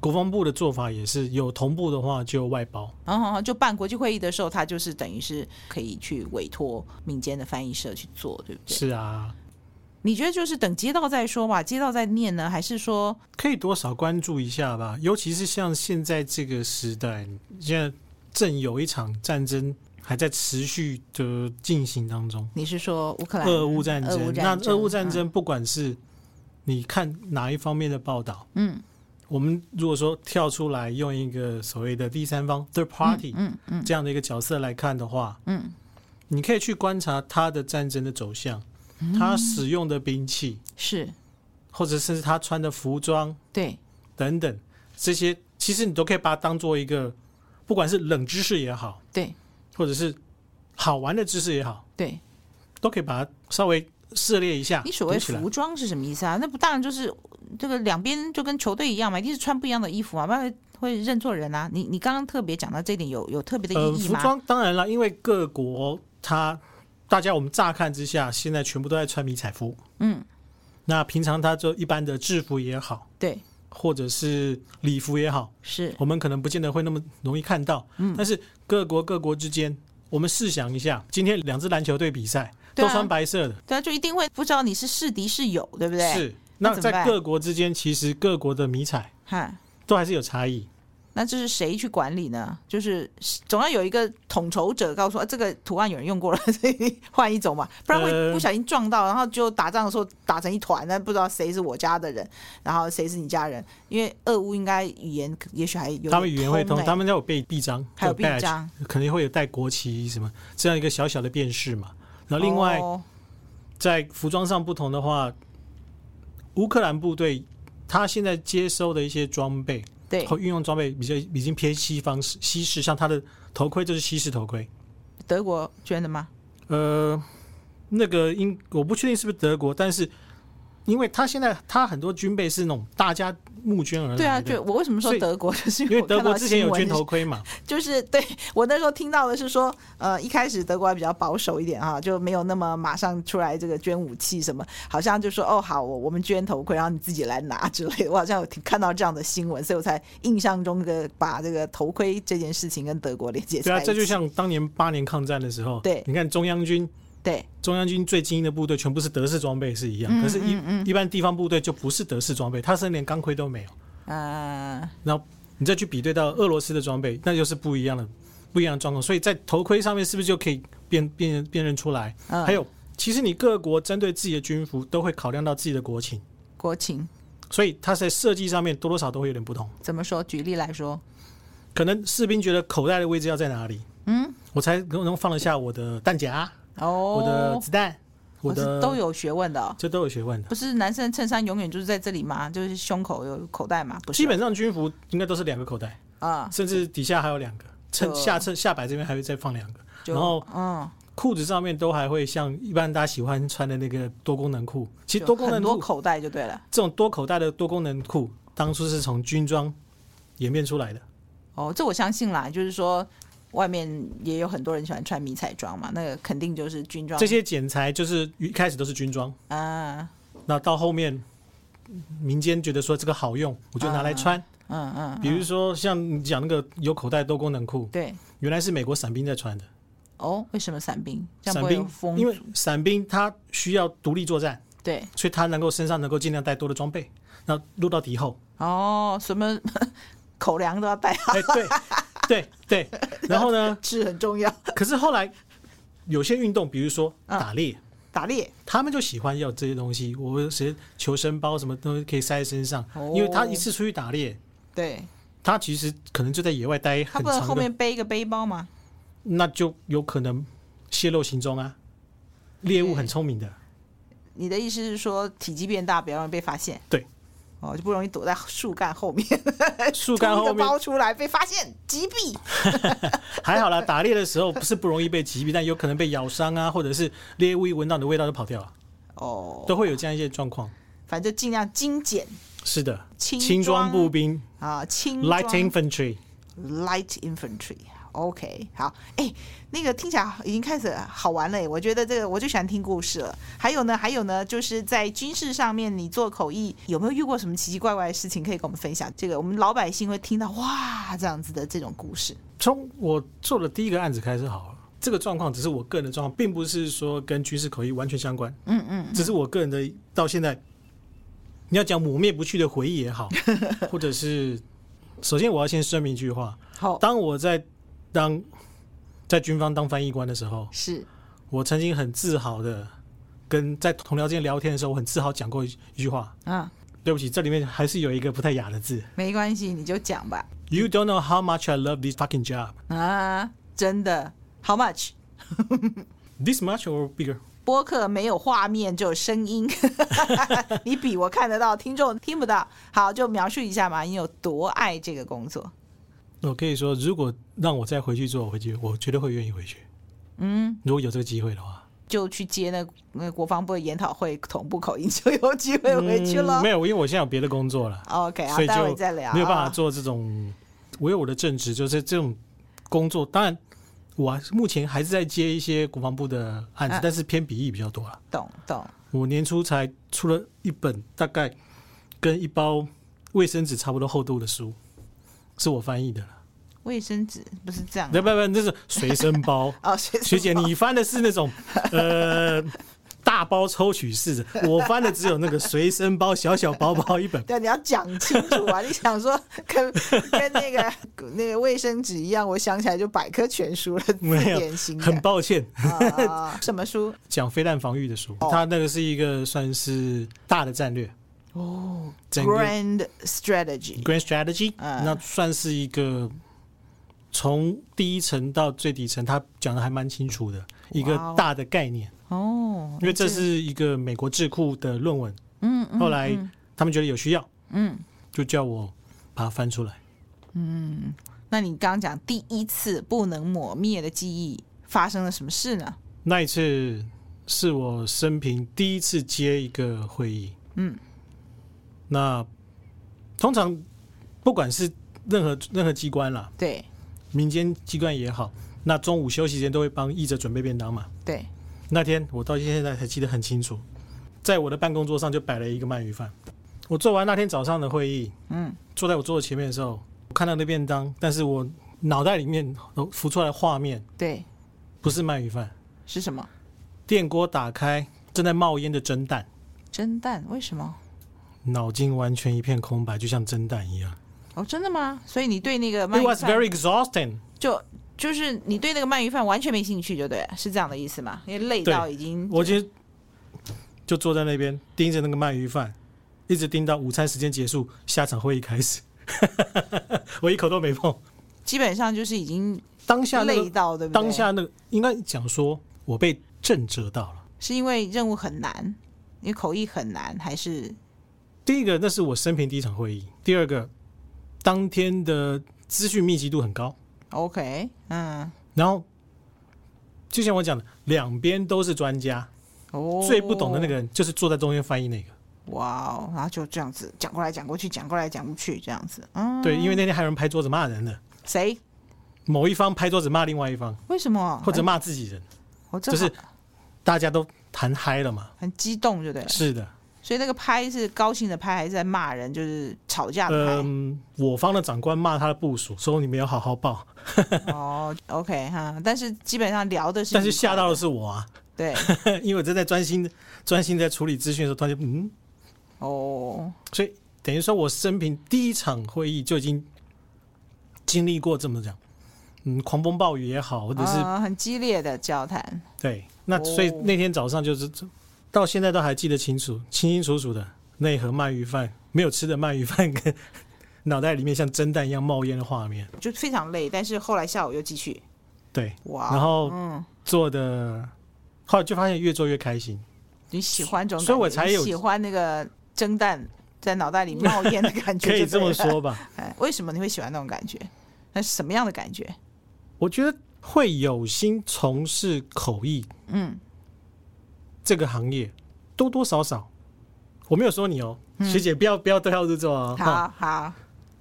Speaker 2: 国防部的做法也是有同步的话就外包。
Speaker 1: 嗯，就办国际会议的时候，他就是等于是可以去委托民间的翻译社去做，对不对？
Speaker 2: 是啊，
Speaker 1: 你觉得就是等接到再说吧，接到再念呢，还是说
Speaker 2: 可以多少关注一下吧，尤其是像现在这个时代，现在正有一场战争还在持续的进行当中，
Speaker 1: 你是说乌克兰、
Speaker 2: 俄乌战
Speaker 1: 俄乌
Speaker 2: 争。
Speaker 1: 战
Speaker 2: 那
Speaker 1: 争
Speaker 2: 俄乌战
Speaker 1: 嗯
Speaker 2: 争，不管是你看哪一方面的报道，
Speaker 1: 嗯，
Speaker 2: 我们如果说跳出来用一个所谓的第三方 （third party）
Speaker 1: 嗯嗯
Speaker 2: 这样的一个角色来看的话，
Speaker 1: 嗯，
Speaker 2: 你可以去观察他的战争的走向，
Speaker 1: 嗯
Speaker 2: 他使用的兵器，
Speaker 1: 是
Speaker 2: 或者甚至他穿的服装
Speaker 1: 对，
Speaker 2: 等等这些，其实你都可以把它当做一个，不管是冷知识也好，
Speaker 1: 对
Speaker 2: 或者是好玩的知识也好，
Speaker 1: 对，
Speaker 2: 都可以把它稍微涉猎一下。
Speaker 1: 你所谓
Speaker 2: 啊读起来
Speaker 1: 服装是什么意思啊？那不当然就是这个两边就跟球队一样嘛，一定是穿不一样的衣服啊嘛，不然会会认错人啊。你你刚刚特别讲到这点有，有特别的
Speaker 2: 呃，
Speaker 1: 意义
Speaker 2: 服
Speaker 1: 吗？
Speaker 2: 装当然了，因为各国它大家我们乍看之下，现在全部都在穿迷彩服。嗯，那平常它就一般的制服也好，
Speaker 1: 对，
Speaker 2: 或者是礼服也好，
Speaker 1: 是
Speaker 2: 我们可能不见得会那么容易看到。
Speaker 1: 嗯
Speaker 2: 但是各国各国之间，我们试想一下，今天两支篮球队比赛
Speaker 1: 对
Speaker 2: 都
Speaker 1: 啊
Speaker 2: 穿白色的，
Speaker 1: 对啊，就一定会不知道你是是敌是友，对不对？，
Speaker 2: 是
Speaker 1: 那
Speaker 2: 那
Speaker 1: 怎么
Speaker 2: 在
Speaker 1: 办
Speaker 2: 各国之间，其实各国的迷彩
Speaker 1: 哈，
Speaker 2: 都还是有差异。
Speaker 1: 那这是谁去管理呢？就是总要有一个统筹者告诉我、啊这个图案有人用过了，所以换一种 嘛，不然会
Speaker 2: 呃
Speaker 1: 不小心撞到，然后就打仗的时候打成一团，那不知道谁是我家的人，然后谁是你家人，因为俄乌应该语言也许还有
Speaker 2: 他们语言会通，
Speaker 1: 欸
Speaker 2: 他们要有背臂章，
Speaker 1: 还有臂
Speaker 2: badge，
Speaker 1: 章，
Speaker 2: 肯定会有带国旗什么这样一个小小的辨识嘛。然后另外、
Speaker 1: 哦
Speaker 2: 在服装上不同的话，乌克兰部队他现在接收的一些装备
Speaker 1: 对
Speaker 2: 和运用装备比较已经偏西方式西式，像他的头盔就是西式头盔，
Speaker 1: 德国捐的吗？
Speaker 2: 呃，那个英我不确定是不是德国，但是因为他现在他很多军备是那种大家募捐而来的，
Speaker 1: 对啊，就我为什么说
Speaker 2: 呃所以
Speaker 1: 德国， 就是
Speaker 2: 因为
Speaker 1: 我
Speaker 2: 德
Speaker 1: 看到
Speaker 2: 国之前有
Speaker 1: 新闻
Speaker 2: 捐头盔嘛，
Speaker 1: 就是对 我那时候听到的是说，呃，一开始德国还比较保守一点哈，就没有那么马上出来这个捐武器什么，好像就说哦好，我我们捐头盔，然后你自己来拿之类的。我好 像有听看到这样的新闻，所以我才印象中的把这个头盔这件事情跟德国连接
Speaker 2: 对
Speaker 1: 在
Speaker 2: 啊，
Speaker 1: 一起。
Speaker 2: 这就像当年八年抗战的时候，
Speaker 1: 对
Speaker 2: 你看中央军。
Speaker 1: 对
Speaker 2: 中央军最精英的部队全部是德式装备是一样，
Speaker 1: 嗯
Speaker 2: 可是一，
Speaker 1: 嗯
Speaker 2: 一般地方部队就不是德式装备，它甚至连钢盔都没有。
Speaker 1: 呃，
Speaker 2: 然后你再去比对到俄罗斯的装备，那就是不一样的不一样的状况。所以在头盔上面是不是就可以辨辨认辨认出来？
Speaker 1: 嗯
Speaker 2: 还有，其实你各国针对自己的军服都会考量到自己的国情，
Speaker 1: 国情
Speaker 2: 所以它在设计上面多多少都会有点不同。
Speaker 1: 怎么说？举例来说，
Speaker 2: 可能士兵觉得口袋的位置要在哪里，嗯，我才能能放得下我的弹夹、
Speaker 1: 哦，
Speaker 2: 我的子弹、我
Speaker 1: 我是
Speaker 2: 的
Speaker 1: 都，有学问的、哦。
Speaker 2: 这都有学问的。
Speaker 1: 不是男生的衬衫永远就是在这里吗？就是胸口有口袋吗？不是
Speaker 2: 基本上军服应该都是两个口袋，
Speaker 1: 啊、
Speaker 2: 甚至底下还有两个，衬
Speaker 1: 就
Speaker 2: 下衬下摆这边还会再放两个，
Speaker 1: 就
Speaker 2: 然后
Speaker 1: 嗯，
Speaker 2: 裤子上面都还会像一般大家喜欢穿的那个多功能裤。其实
Speaker 1: 就
Speaker 2: 多功
Speaker 1: 很
Speaker 2: 能
Speaker 1: 多
Speaker 2: 裤
Speaker 1: 口袋就对了。
Speaker 2: 这种多口袋的多功能裤，当初是从军装演变出来的。
Speaker 1: 哦，这我相信啦，就是说外面也有很多人喜欢穿迷彩装嘛，那个肯定就是军装。
Speaker 2: 这些剪裁就是一开始都是军装，
Speaker 1: 啊，
Speaker 2: 那到后面民间觉得说这个好用，我就拿来穿。
Speaker 1: 嗯嗯，
Speaker 2: 比如说像你讲那个有口袋多功能裤，
Speaker 1: 对。
Speaker 2: 原来是美国伞兵在穿的。
Speaker 1: 哦，为什么伞兵？这样
Speaker 2: 伞
Speaker 1: 不会有
Speaker 2: 兵
Speaker 1: 风
Speaker 2: 因为伞兵他需要独立作战。
Speaker 1: 对
Speaker 2: 所以他能够身上能够尽量带多的装备，然后入到敌后。
Speaker 1: 哦，什么 口粮都要带，
Speaker 2: 哎，对，对对。然后呢？
Speaker 1: 吃很重要。
Speaker 2: 可是后来有些运动，比如说
Speaker 1: 嗯
Speaker 2: 打猎，
Speaker 1: 打猎
Speaker 2: 他们就喜欢要这些东西。我谁求生包什么东西可以塞在身上，
Speaker 1: 哦
Speaker 2: 因为他一次出去打猎，
Speaker 1: 对，
Speaker 2: 他其实可能就在野外待
Speaker 1: 他
Speaker 2: 很
Speaker 1: 不能
Speaker 2: 长
Speaker 1: 后
Speaker 2: 的，
Speaker 1: 面背一个背包吗？
Speaker 2: 那就有可能泄露行踪啊。猎物很聪明的，
Speaker 1: 你的意思是说体积变大，比较容易被发现？
Speaker 2: 对。
Speaker 1: 哦，就不容易躲在树干后面，
Speaker 2: 树干
Speaker 1: 哎吐一
Speaker 2: 后
Speaker 1: 个
Speaker 2: 面
Speaker 1: 包出来被发现，击毙。
Speaker 2: 还好啦。打猎的时候不是不容易被击毙，但有可能被咬伤啊，或者是猎物一闻到你的味道就跑掉了，
Speaker 1: 哦，
Speaker 2: 都会有这样一些状况。
Speaker 1: 反正就尽量精简
Speaker 2: 是的，
Speaker 1: 轻
Speaker 2: 轻装
Speaker 1: 装
Speaker 2: 步兵
Speaker 1: 啊，轻装
Speaker 2: ，light infantry。
Speaker 1: light infantry。OK，好，哎、那个听起来已经开始好玩了耶，我觉得这个我就喜欢听故事了。还有呢，还有呢，就是在军事上面，你做口译有没有遇过什么奇奇怪怪的事情可以跟我们分享？这个我们老百姓会听到哇这样子的这种故事。
Speaker 2: 从我做的第一个案子开始好了，这个状况只是我个人的状况，并不是说跟军事口译完全相关，
Speaker 1: 嗯嗯，
Speaker 2: 只是我个人的到现在，你要讲抹灭不去的回忆 也好，或者是，首先我要先声明一句话：
Speaker 1: 好，
Speaker 2: 当我在当在军方当翻译官的时候，
Speaker 1: 是
Speaker 2: 我曾经很自豪的跟在同僚之间聊天的时候，我很自豪讲过一一句话。
Speaker 1: 啊，
Speaker 2: 对不起，这里面还是有一个不太雅的字。
Speaker 1: 没关系，你就讲吧。
Speaker 2: You don't know how much I love this fucking job.
Speaker 1: 啊，真的，How much？
Speaker 2: This much or bigger?
Speaker 1: 播客没有画面，只有声音， 你比我看得到，听众听不到。好，就描述一下嘛，你有多爱这个工作？
Speaker 2: 我可以说，如果让我再回去做，我回去，我绝对会愿意回去。嗯，如果有这个机会的话，
Speaker 1: 就去接那那个国防部的研讨会同步口音，就有机会回去了
Speaker 2: 嗯。没有，因为我现在有别的工作了，
Speaker 1: OK 啊
Speaker 2: 嗯所，以
Speaker 1: 待会
Speaker 2: 就
Speaker 1: 再聊。
Speaker 2: 没有办法做这种。我有我的正职，就是这种工作。当然，我目前还是在接一些国防部的案子，
Speaker 1: 嗯
Speaker 2: 但是偏笔译比较多了。
Speaker 1: 懂懂
Speaker 2: 我年初才出了一本，大概跟一包卫生纸差不多厚度的书，是我翻译的啦。
Speaker 1: 卫生纸不是这样
Speaker 2: 不不不，这是随身包。
Speaker 1: 哦，学
Speaker 2: 学姐，你翻的是那种呃大包抽取式的，我翻的只有那个随身包，小小薄薄 一本。
Speaker 1: 对，你要讲清楚啊！你想说跟 跟那个那个卫生纸一样，我想起来就百科全书了，
Speaker 2: 没有
Speaker 1: 典型的
Speaker 2: 很抱歉，
Speaker 1: 啊、什么书？
Speaker 2: 讲飞弹防御的书，
Speaker 1: 哦
Speaker 2: 它那个是一个算是大的战略
Speaker 1: 哦
Speaker 2: 整个
Speaker 1: ，Grand Strategy，
Speaker 2: （grand strategy），、
Speaker 1: 嗯
Speaker 2: 那算是一个从第一层到最底层，它讲的还蛮清楚的一个
Speaker 1: 哇哦
Speaker 2: 大的概念。
Speaker 1: 哦，
Speaker 2: 因为这是一个美国智库的论文，
Speaker 1: 嗯，嗯
Speaker 2: 后来他们觉得有需要，
Speaker 1: 嗯，
Speaker 2: 就叫我把它翻出来。
Speaker 1: 那你刚刚讲第一次不能抹灭的记忆发生了什么事呢？
Speaker 2: 那一次是我生平第一次接一个会议，
Speaker 1: 嗯，
Speaker 2: 那通常不管是任何任何机关啦，
Speaker 1: 对
Speaker 2: 民间机关也好，那中午休息时间都会帮译者准备便当嘛。
Speaker 1: 对，
Speaker 2: 那天我到现在才记得很清楚，在我的办公桌上就摆了一个鳗鱼饭。我做完那天早上的会议，
Speaker 1: 嗯，
Speaker 2: 坐在我桌子前面的时候，我看到那便当，但是我脑袋里面哦浮出来的画面
Speaker 1: 对
Speaker 2: 不是鳗鱼饭，
Speaker 1: 是什么？
Speaker 2: 电锅打开，正在冒烟的蒸蛋，
Speaker 1: 蒸蛋？为什么？
Speaker 2: 脑筋完全一片空白，就像蒸蛋一样。
Speaker 1: 哦，真的吗？所以你对那个鳗
Speaker 2: It
Speaker 1: 鱼
Speaker 2: was
Speaker 1: 饭
Speaker 2: very exhausting。
Speaker 1: 就就是你对那个鳗鱼饭完全没兴趣，就对了，是这样的意思吗？因为累
Speaker 2: 对
Speaker 1: 到已经
Speaker 2: 我就就坐在那边盯着那个鳗鱼饭，一直盯到午餐时间结束，下场会议开始， 我一口都没碰。
Speaker 1: 基本上就是已经
Speaker 2: 当下那
Speaker 1: 累
Speaker 2: 个
Speaker 1: 到，对不对？
Speaker 2: 当下那个应该讲说，我被震折到了。
Speaker 1: 是因为任务很难，因为口译很难，还是
Speaker 2: 第一个，那是我生平第一场会议；第二个，当天的资讯密集度很高，
Speaker 1: OK？嗯，
Speaker 2: 然后就像我讲的，两边都是专家，
Speaker 1: 哦，
Speaker 2: 最不懂的那个人就是坐在中间翻译那个。
Speaker 1: 哇哦，然后就这样子讲过来讲过去，讲过来讲过去，这样子，嗯，
Speaker 2: 对，因为那天还有人拍桌子骂人的，
Speaker 1: 谁？
Speaker 2: 某一方拍桌子骂另外一方，
Speaker 1: 为什么？
Speaker 2: 或者骂自己人，
Speaker 1: 我哦这
Speaker 2: 就是
Speaker 1: 好
Speaker 2: 大家都谈嗨了嘛。
Speaker 1: 很激动，就对了。
Speaker 2: 是的，
Speaker 1: 所以那个拍是高兴的拍，还是在骂人，就是吵架的拍？
Speaker 2: 嗯，我方的长官骂他的部署，说你没有好好报，
Speaker 1: 哦，OK 哈，但是基本上聊的是愉快
Speaker 2: 呃但
Speaker 1: 的，
Speaker 2: 是吓到的是我啊。
Speaker 1: 对
Speaker 2: 因为我正在专心专心在处理资讯的时候，突然就嗯，
Speaker 1: 哦，
Speaker 2: 所以等于说我生平第一场会议就已经经历过这么讲，嗯，狂风暴雨也好，或者是、
Speaker 1: 啊很激烈的交谈，
Speaker 2: 对，那所以
Speaker 1: 哦
Speaker 2: 那天早上就是到现在都还记得清楚，清清楚楚的那一盒鳗鱼饭，没有吃的鳗鱼饭跟 脑袋里面像蒸蛋一样冒烟的画面，
Speaker 1: 就非常累。但是后来下午又继续，
Speaker 2: 对，
Speaker 1: 哇，
Speaker 2: 然后
Speaker 1: 嗯，
Speaker 2: 做的后来就发现越做越开心，
Speaker 1: 你喜欢这种感觉，
Speaker 2: 所以我才有
Speaker 1: 你喜欢那个蒸蛋在脑袋里冒烟的感觉，
Speaker 2: 可以
Speaker 1: 就
Speaker 2: 这
Speaker 1: 对
Speaker 2: 么
Speaker 1: 了。
Speaker 2: 说吧。
Speaker 1: 哎，为什么你会喜欢那种感觉？那是什么样的感觉？
Speaker 2: 我觉得会有心从事口译，
Speaker 1: 嗯，
Speaker 2: 这个行业，多多少少，我没有说你哦，学姐不要不要对号入座啊、哦，
Speaker 1: 嗯好好，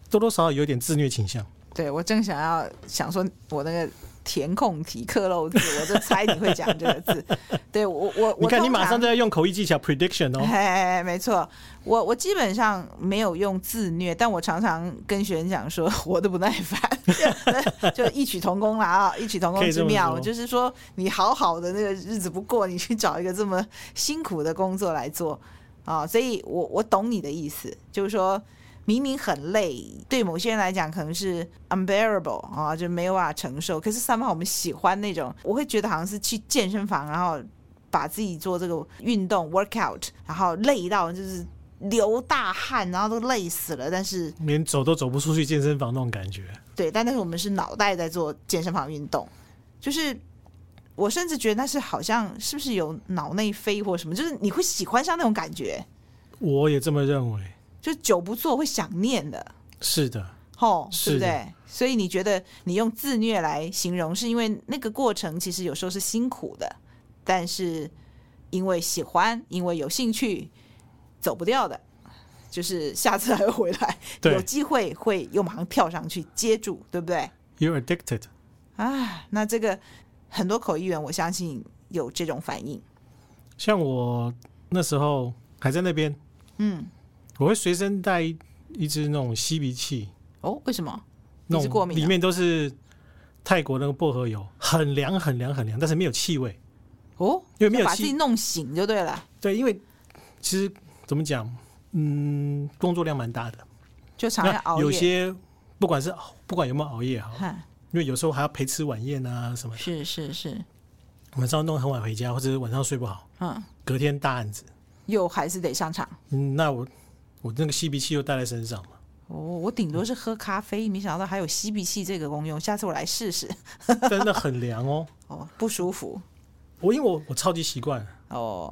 Speaker 2: 多多少少有点自虐倾向。
Speaker 1: 对我正想要想说，我那个填空题克漏字，我就猜你会讲这个 字。对我我我，
Speaker 2: 你看你
Speaker 1: 通
Speaker 2: 马
Speaker 1: 常
Speaker 2: 上就要用口译技巧 prediction 哦，
Speaker 1: 哎，没错，我我基本上没有用自虐，但我常常跟学生讲说， 活得不耐烦， 就异曲同工啦啊，异曲同
Speaker 2: 可
Speaker 1: 工
Speaker 2: 以这
Speaker 1: 之
Speaker 2: 么
Speaker 1: 妙，
Speaker 2: 说
Speaker 1: 就是说你好好的那个日子不过，你去找一个这么辛苦的工作来做啊，所以我我懂你的意思，就是说。明明很累，对某些人来讲可能是 unbearable 啊，就没有办法承受。可是三方我们喜欢那种，我会觉得好像是去健身房，然后把自己做这个运动 workout，然后累到就是流大汗，然后都累死了。但是
Speaker 2: 连走都走不出去健身房那种感觉。
Speaker 1: 对，但但是我们是脑袋在做健身房运动，就是我甚至觉得那是好像是不是有脑内啡或什么，就是你会喜欢上那种感觉，
Speaker 2: 我也这么认为，
Speaker 1: 就久不做会想念的。
Speaker 2: 是的，
Speaker 1: 吼，对
Speaker 2: 是
Speaker 1: 不
Speaker 2: 的
Speaker 1: 对？所以你觉得你用自虐来形容，是因为那个过程其实有时候是辛苦的，但是因为喜欢，因为有兴趣，走不掉的，就是下次还会回来，
Speaker 2: 对
Speaker 1: 有机会会又马上跳上去接住，对不对？
Speaker 2: ，you're addicted。
Speaker 1: 啊，那这个很多口译员，我相信有这种反应。
Speaker 2: 像我那时候还在那边，
Speaker 1: 嗯，
Speaker 2: 我会随身带一一支那种吸鼻器，
Speaker 1: 哦，为什么？你
Speaker 2: 那
Speaker 1: 是过
Speaker 2: 种
Speaker 1: 敏啊
Speaker 2: 里面都是泰国那个薄荷油，很凉很凉很凉，但是没有气味。
Speaker 1: 哦，
Speaker 2: 因为没有
Speaker 1: 就把自
Speaker 2: 气
Speaker 1: 己弄醒就对了，
Speaker 2: 对，因为其实怎么讲，嗯，工作量蛮大的。
Speaker 1: 就常要熬
Speaker 2: 那
Speaker 1: 夜。
Speaker 2: 有些不管是不管有没有熬夜哈，
Speaker 1: 哈，
Speaker 2: 因为有时候还要陪吃晚宴啊什么的，
Speaker 1: 是是是，
Speaker 2: 晚上弄很晚回家，或者是晚上睡不好，
Speaker 1: 嗯，
Speaker 2: 隔天大案子。
Speaker 1: 又还是得上场。
Speaker 2: 嗯，那我我那个吸鼻器又带在身上嘛，
Speaker 1: 哦，我顶多是喝咖啡，没想到还有吸鼻器这个功用，下次我来试试。
Speaker 2: 真的很凉哦。
Speaker 1: 哦，不舒服，
Speaker 2: 我因为我我超级习惯，
Speaker 1: 哦，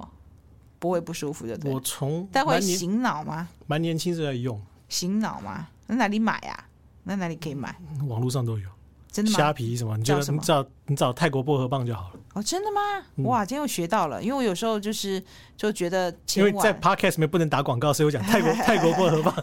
Speaker 1: 不会不舒服就对
Speaker 2: 我
Speaker 1: 了。
Speaker 2: 从
Speaker 1: 但会
Speaker 2: 蛮年
Speaker 1: 醒脑吗？
Speaker 2: 蛮年轻时候在用，
Speaker 1: 醒脑吗？那哪里买啊？那哪里可以买？
Speaker 2: 网络上都有
Speaker 1: 真的
Speaker 2: 虾
Speaker 1: 吗？
Speaker 2: 皮什么，你就
Speaker 1: 叫什么
Speaker 2: 你找你找泰国薄荷棒就好了，
Speaker 1: 哦，真的吗？
Speaker 2: 嗯
Speaker 1: 哇，今天又学到了，因为我有时候就是就觉得
Speaker 2: 因为
Speaker 1: 前
Speaker 2: 在
Speaker 1: 晚
Speaker 2: podcast 里面不能打广告，所以我讲泰国泰国薄 荷棒。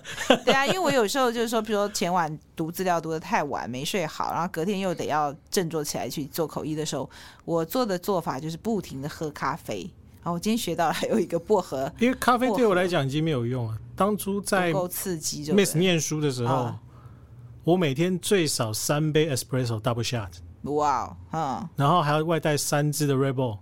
Speaker 1: 对啊，因为我有时候就是说，比如说前晚读资料读得太晚，没睡好，然后隔天又得要振作起来去做口译的时候，我做的做法就是不停的喝咖啡。然后我今天学到了还有一个薄荷
Speaker 2: 因为咖啡
Speaker 1: 薄荷
Speaker 2: 对我来讲已经没有用了。当初在
Speaker 1: 不够刺激就
Speaker 2: Miss
Speaker 1: 对了，
Speaker 2: 念书的时候
Speaker 1: 啊，
Speaker 2: 我每天最少三杯 espresso double shot，
Speaker 1: 哇哦，嗯，
Speaker 2: 然后还要外带三支的 Rebel。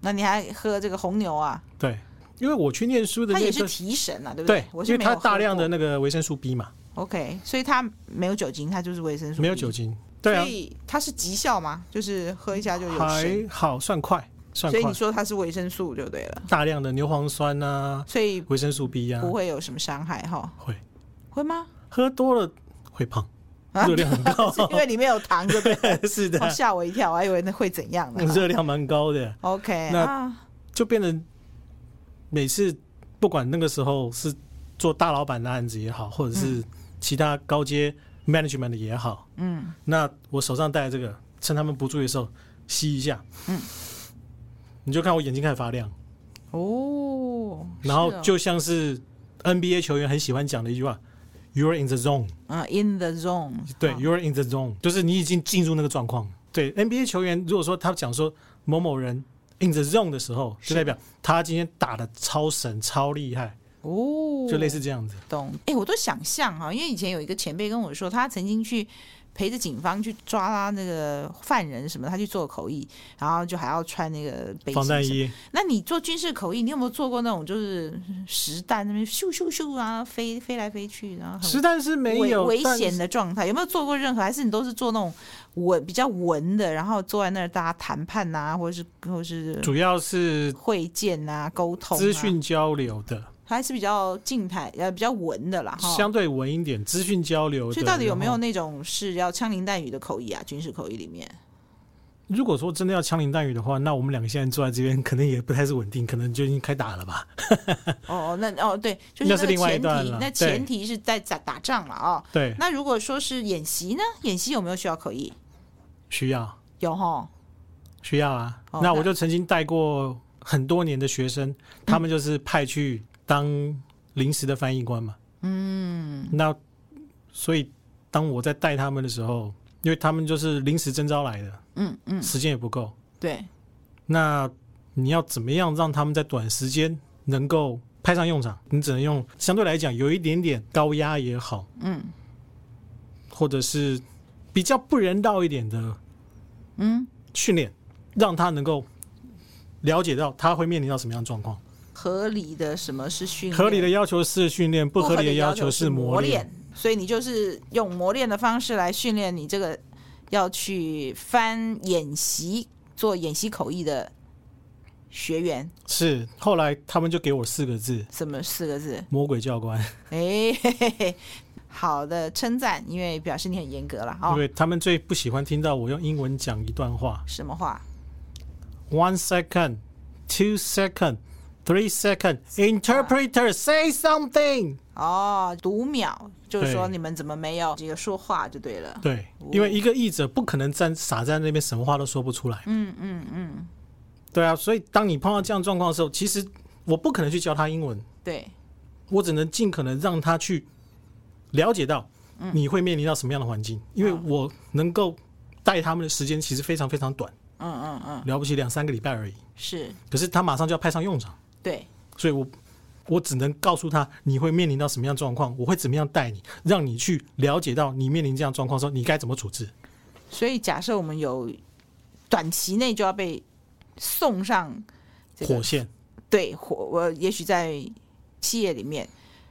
Speaker 1: 那你还喝这个红牛啊？
Speaker 2: 对，因为我去念书的
Speaker 1: 它
Speaker 2: 那
Speaker 1: 也是
Speaker 2: 个，
Speaker 1: 提神啊，对不
Speaker 2: 对，
Speaker 1: 我
Speaker 2: 因
Speaker 1: 是
Speaker 2: 为
Speaker 1: 没有
Speaker 2: 它
Speaker 1: 喝
Speaker 2: 大量的
Speaker 1: 过
Speaker 2: 那个维生素 B 嘛，
Speaker 1: OK，所以它没有酒精，它就是维生素，E
Speaker 2: 没有酒，精。对啊
Speaker 1: 所，以它是极效嘛，就是喝一下就有神。
Speaker 2: 还好，算快，算
Speaker 1: 所以
Speaker 2: 快
Speaker 1: 你。说它是维生素就对了，
Speaker 2: 大量的牛磺酸啊，
Speaker 1: 所以
Speaker 2: 维生素 B 啊，
Speaker 1: 不会有什么伤害哈？
Speaker 2: 会
Speaker 1: 会 吗？
Speaker 2: 喝多了会胖，
Speaker 1: 啊
Speaker 2: 热量很 高。
Speaker 1: 是因为里面有糖 就对了，
Speaker 2: 是
Speaker 1: 哦
Speaker 2: 的，
Speaker 1: 吓我一跳，我还以为那会怎样呢。
Speaker 2: 热量蛮高的。
Speaker 1: OK，
Speaker 2: 那
Speaker 1: 啊，
Speaker 2: 就变成每次不管那个时候是做大老板的案子也好，或者是其他高阶 management 的也好，
Speaker 1: 嗯，
Speaker 2: 那我手上戴的这个，趁他们不注意的时候吸一下，
Speaker 1: 嗯，
Speaker 2: 你就看我眼睛开始发亮，
Speaker 1: 哦，
Speaker 2: 然后
Speaker 1: 是哦
Speaker 2: 就像是 NBA 球员很喜欢讲的一句话。You're in the zone，
Speaker 1: 嗯，in the zone，
Speaker 2: 对
Speaker 1: 好
Speaker 2: ，You're in the zone，就是你已经进入那个状况。对 NBA 球员，如果说他讲说某某人 in the zone 的时候，
Speaker 1: 是
Speaker 2: 就代表他今天打的超神、超厉害，
Speaker 1: 哦，
Speaker 2: 就类似这样子。
Speaker 1: 懂。哎、我都想象哈，因为以前有一个前辈跟我说，他曾经去陪着警方去抓他那个犯人什么，他去做口译，然后就还要穿那个背
Speaker 2: 防
Speaker 1: 心
Speaker 2: 弹
Speaker 1: 什么。
Speaker 2: 衣，
Speaker 1: 那你做军事口译，你有没有做过那种就是实弹那边咻咻咻啊，飞飞来飞去，然后
Speaker 2: 实
Speaker 1: 很
Speaker 2: 弹是没
Speaker 1: 危
Speaker 2: 有
Speaker 1: 危
Speaker 2: 但
Speaker 1: 险的状态？有没有做过任何？还是你都是做那种文比较文的，然后坐在那儿大家谈判呐、或者是或者是
Speaker 2: 主要是
Speaker 1: 会见呐、沟通、啊、
Speaker 2: 资，讯交流的，
Speaker 1: 还是比较静态呃比较文的啦哈。
Speaker 2: 相对稳一点，资讯交流的。
Speaker 1: 所以到底有没有
Speaker 2: 然后？
Speaker 1: 那种是要枪林弹雨的口译啊？军事口译里面，
Speaker 2: 如果说真的要枪林弹雨的话，那我们两个现在坐在这边，可能也不太是稳定，可能就已经开打了吧。
Speaker 1: 哦，那哦对，就是
Speaker 2: 那
Speaker 1: 那
Speaker 2: 是
Speaker 1: 个
Speaker 2: 另外一
Speaker 1: 前
Speaker 2: 段
Speaker 1: 提
Speaker 2: 了，
Speaker 1: 那
Speaker 2: 对
Speaker 1: 前提是在打打仗了啊、
Speaker 2: 对，
Speaker 1: 那如果说是演习呢？演习有没有需要口译？
Speaker 2: 需要
Speaker 1: 有哈，
Speaker 2: 需要啊。
Speaker 1: 哦
Speaker 2: 那
Speaker 1: 那嗯
Speaker 2: 我就曾经带过很多年的学生，他们就是派去当临时的翻译官嘛。嗯，那所以当我在带他们的时候，因为他们就是临时征招来的，
Speaker 1: 嗯嗯，
Speaker 2: 时间也不够。
Speaker 1: 对，
Speaker 2: 那你要怎么样让他们在短时间能够派上用场？你只能用相对来讲有一点点高压也好，
Speaker 1: 嗯
Speaker 2: 或者是比较不人道一点的
Speaker 1: 嗯，
Speaker 2: 训练，让他能够了解到他会面临到什么样的状况。
Speaker 1: 合理的什么是训练？
Speaker 2: 合理的要求是训练，不
Speaker 1: 不
Speaker 2: 合理的
Speaker 1: 的
Speaker 2: 要
Speaker 1: 求
Speaker 2: 求是磨
Speaker 1: 磨
Speaker 2: 练。
Speaker 1: 练，所以你就是用磨练的方式来训练你这个要去翻演习做演习口译的学员，
Speaker 2: 是后来他们就给我四个字
Speaker 1: 什么四个字？
Speaker 2: “魔鬼教官
Speaker 1: 哎， 嘿嘿嘿，好的称赞，因为表示你很严格了”，
Speaker 2: 因
Speaker 1: 哦。
Speaker 2: 为他们最不喜欢听到我用英文讲一段话。
Speaker 1: 什么话？
Speaker 2: One second, two second, three second. Interpreter, say something.
Speaker 1: 哦，读秒，就是说
Speaker 2: 对
Speaker 1: 你们怎么没有这个说话就对了。
Speaker 2: 对，因为一个译者不可能站傻在那边，什么话都说不出来。
Speaker 1: 嗯嗯嗯，
Speaker 2: 对啊，所以当你碰到这样状况的时候，其实我不可能去教他英文，
Speaker 1: 对，
Speaker 2: 我只能尽可能让他去了解到你会面临到什么样的环
Speaker 1: 嗯
Speaker 2: 境，因为我能够带他们的时间其实非常非常短，
Speaker 1: 嗯嗯嗯，
Speaker 2: 了不起两三个礼拜而已。
Speaker 1: 是，
Speaker 2: 可是他马上就要派上用场，
Speaker 1: 对，
Speaker 2: 所以我我只能告诉他你会面临到什么样的状况，我会怎么样带你，让你去了解到你面临这样的状况的时候，你该怎么处置。
Speaker 1: 所以假设我们有短期内就要被送上、这个、
Speaker 2: 火线，
Speaker 1: 对火，我也许在企业里面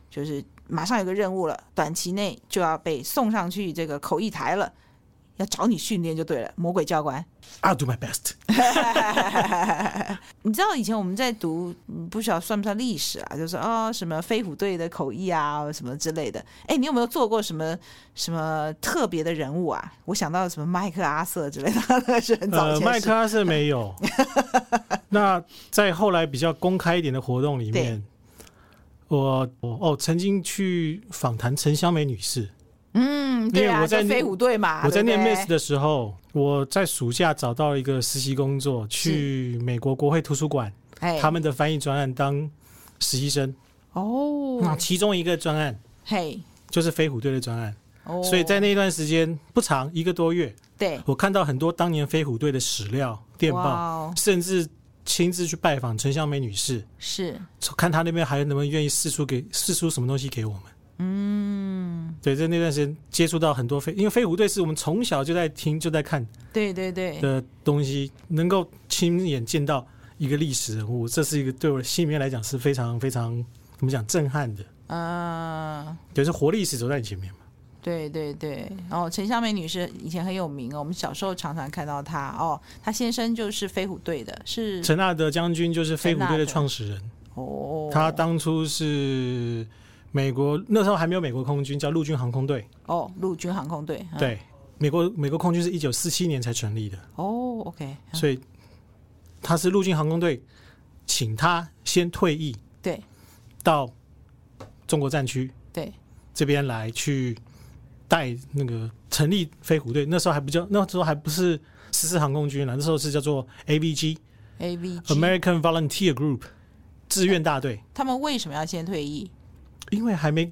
Speaker 1: 就是马上有个任务了，短期内就要被送上去这个口译台了，要找你训练就对了，魔鬼教官。
Speaker 2: I'll do my best。
Speaker 1: 你知道以前我们在读，嗯不晓得算不算历史啊？就说哦，什么飞虎队的口译啊，什么之类的。哎，你有没有做过什么什么特别的人物啊？ 我想到什么麦克阿瑟之类的，那是很早以前的
Speaker 2: 呃，
Speaker 1: 事。
Speaker 2: 麦克阿瑟 没有。那在后来比较公开一点的活动里面，我我哦曾经去访谈陈香梅女士。
Speaker 1: 嗯，对
Speaker 2: 因为
Speaker 1: 啊，
Speaker 2: 我在
Speaker 1: 就飞虎队嘛，
Speaker 2: 我在念
Speaker 1: 对不对
Speaker 2: Miss 的时候，我在暑假找到了一个实习工作，去美国国会图书馆
Speaker 1: 哎，
Speaker 2: 他们的翻译专案当实习生。那
Speaker 1: 哦，
Speaker 2: 其中一个专案
Speaker 1: 嘿，
Speaker 2: 就是飞虎队的专案，
Speaker 1: 哦，
Speaker 2: 所以在那段时间不长，一个多月，
Speaker 1: 对
Speaker 2: 我看到很多当年飞虎队的史料、电
Speaker 1: 哇
Speaker 2: 报，
Speaker 1: 哦
Speaker 2: 甚至亲自去拜访陈香梅女士，
Speaker 1: 是
Speaker 2: 看她那边还能不能愿意试出给试出什么东西给我们。嗯，对，在那段时间接触到很多飞，因为飞虎队是我们从小就在听就在看
Speaker 1: 对对对，
Speaker 2: 的东西，能够亲眼见到一个历史人物，这是一个对我心里面来讲是非常非常怎么讲震撼的，
Speaker 1: 嗯。
Speaker 2: 就是活历史走在你前面嘛。
Speaker 1: 对对对，哦，陈香梅女士以前很有名哦，我们小时候常常看到她哦，她先生就是飞虎队的，是
Speaker 2: 陈纳德将军就是飞虎队的创始人，
Speaker 1: 哦，
Speaker 2: 他当初是美国那时候还没有美国空军，叫陆军航空队，
Speaker 1: 哦陆军航空队，嗯、
Speaker 2: 对，美国美国空军是一九四七年才成立的，
Speaker 1: 哦，OK，嗯
Speaker 2: 所以他是陆军航空队，请他先退役
Speaker 1: 对
Speaker 2: 到中国战区，
Speaker 1: 对
Speaker 2: 这边来去带那个成立飞虎队，那时候还不叫，那时候还不是十四航空军了，那时候是叫做 AVG
Speaker 1: ，A V G，
Speaker 2: American Volunteer Group 志愿大队，
Speaker 1: 他们为什么要先退役？
Speaker 2: 因为还没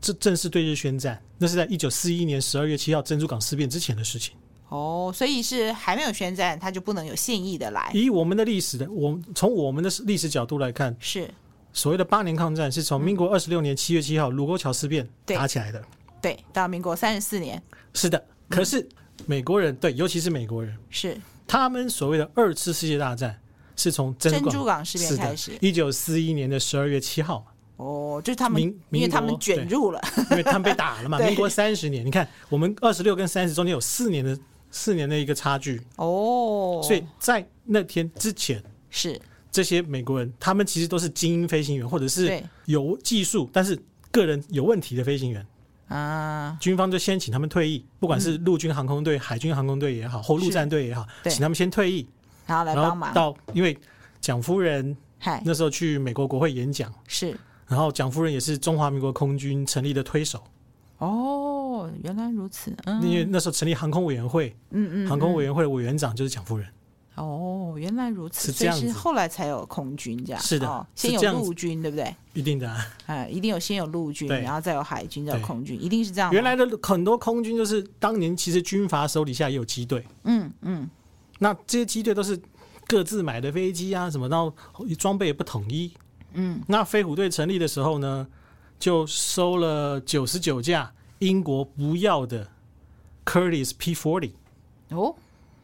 Speaker 2: 正正式对日宣战，那是在一九四一年十二月七号珍珠港事变之前的事情。
Speaker 1: 哦，所以是还没有宣战，他就不能有现役的来，
Speaker 2: 以我们的历史的，我从我们的历史角度来看，
Speaker 1: 是
Speaker 2: 所谓的八年抗战是从民国二十六年七月七号卢沟桥事变
Speaker 1: 对
Speaker 2: 打起来的。
Speaker 1: 对，到民国三十四年
Speaker 2: 是的，
Speaker 1: 嗯
Speaker 2: 可是美国人对，尤其是美国人，
Speaker 1: 是
Speaker 2: 他们所谓的二次世界大战是从珍
Speaker 1: 珍珠
Speaker 2: 珠港
Speaker 1: 港事变开始，
Speaker 2: 一九四一年的十二月七号嘛，
Speaker 1: 哦，就是他们
Speaker 2: 民，
Speaker 1: 因为
Speaker 2: 民
Speaker 1: 他
Speaker 2: 国
Speaker 1: 们卷
Speaker 2: 对
Speaker 1: 入了，
Speaker 2: 因为他们被打了嘛。
Speaker 1: 对
Speaker 2: 民国三十年，你看我们二十六跟三十中间有四年的四年的一个差距，
Speaker 1: 哦，
Speaker 2: 所以在那天之前，
Speaker 1: 是
Speaker 2: 这些美国人他们其实都是精英飞行员，或者是
Speaker 1: 对
Speaker 2: 有技术但是个人有问题的飞行员。
Speaker 1: 啊，
Speaker 2: 军方就先请他们退役，不管是陆军航空队、海军航空队也好，或陆战队也好，
Speaker 1: 对
Speaker 2: 请他们先退役，
Speaker 1: 然后来
Speaker 2: 然
Speaker 1: 帮
Speaker 2: 后
Speaker 1: 忙，哎
Speaker 2: 到因为蒋夫人
Speaker 1: 嗨，
Speaker 2: 那时候去美国国会演讲，
Speaker 1: 是
Speaker 2: 然后蒋夫人也是中华民国空军成立的推手，
Speaker 1: 哦，原来如此，嗯，
Speaker 2: 因为那时候成立航空委员会，
Speaker 1: 嗯嗯，
Speaker 2: 航空委员会的委员长就是蒋夫人。
Speaker 1: 哦，原来如此，
Speaker 2: 是
Speaker 1: 所以
Speaker 2: 这样
Speaker 1: 是
Speaker 2: 子
Speaker 1: 后来才有空军这样，
Speaker 2: 是的
Speaker 1: 哦、
Speaker 2: 是
Speaker 1: 先有
Speaker 2: 这样子
Speaker 1: 陆军对不对？
Speaker 2: 一定的、啊，
Speaker 1: 啊，一定有先有陆军，
Speaker 2: 对
Speaker 1: 然后再有海军，再有
Speaker 2: 对
Speaker 1: 空军，一定是这样吗。
Speaker 2: 原来的很多空军就是当年其实军阀手底下也有机队，
Speaker 1: 嗯嗯，
Speaker 2: 那这些机队都是各自买的飞机啊，什么，然后装备也不统一。嗯，那飞虎队成立的时候呢，就收了九十九架英国不要的 Curtiss P 4 0
Speaker 1: 哦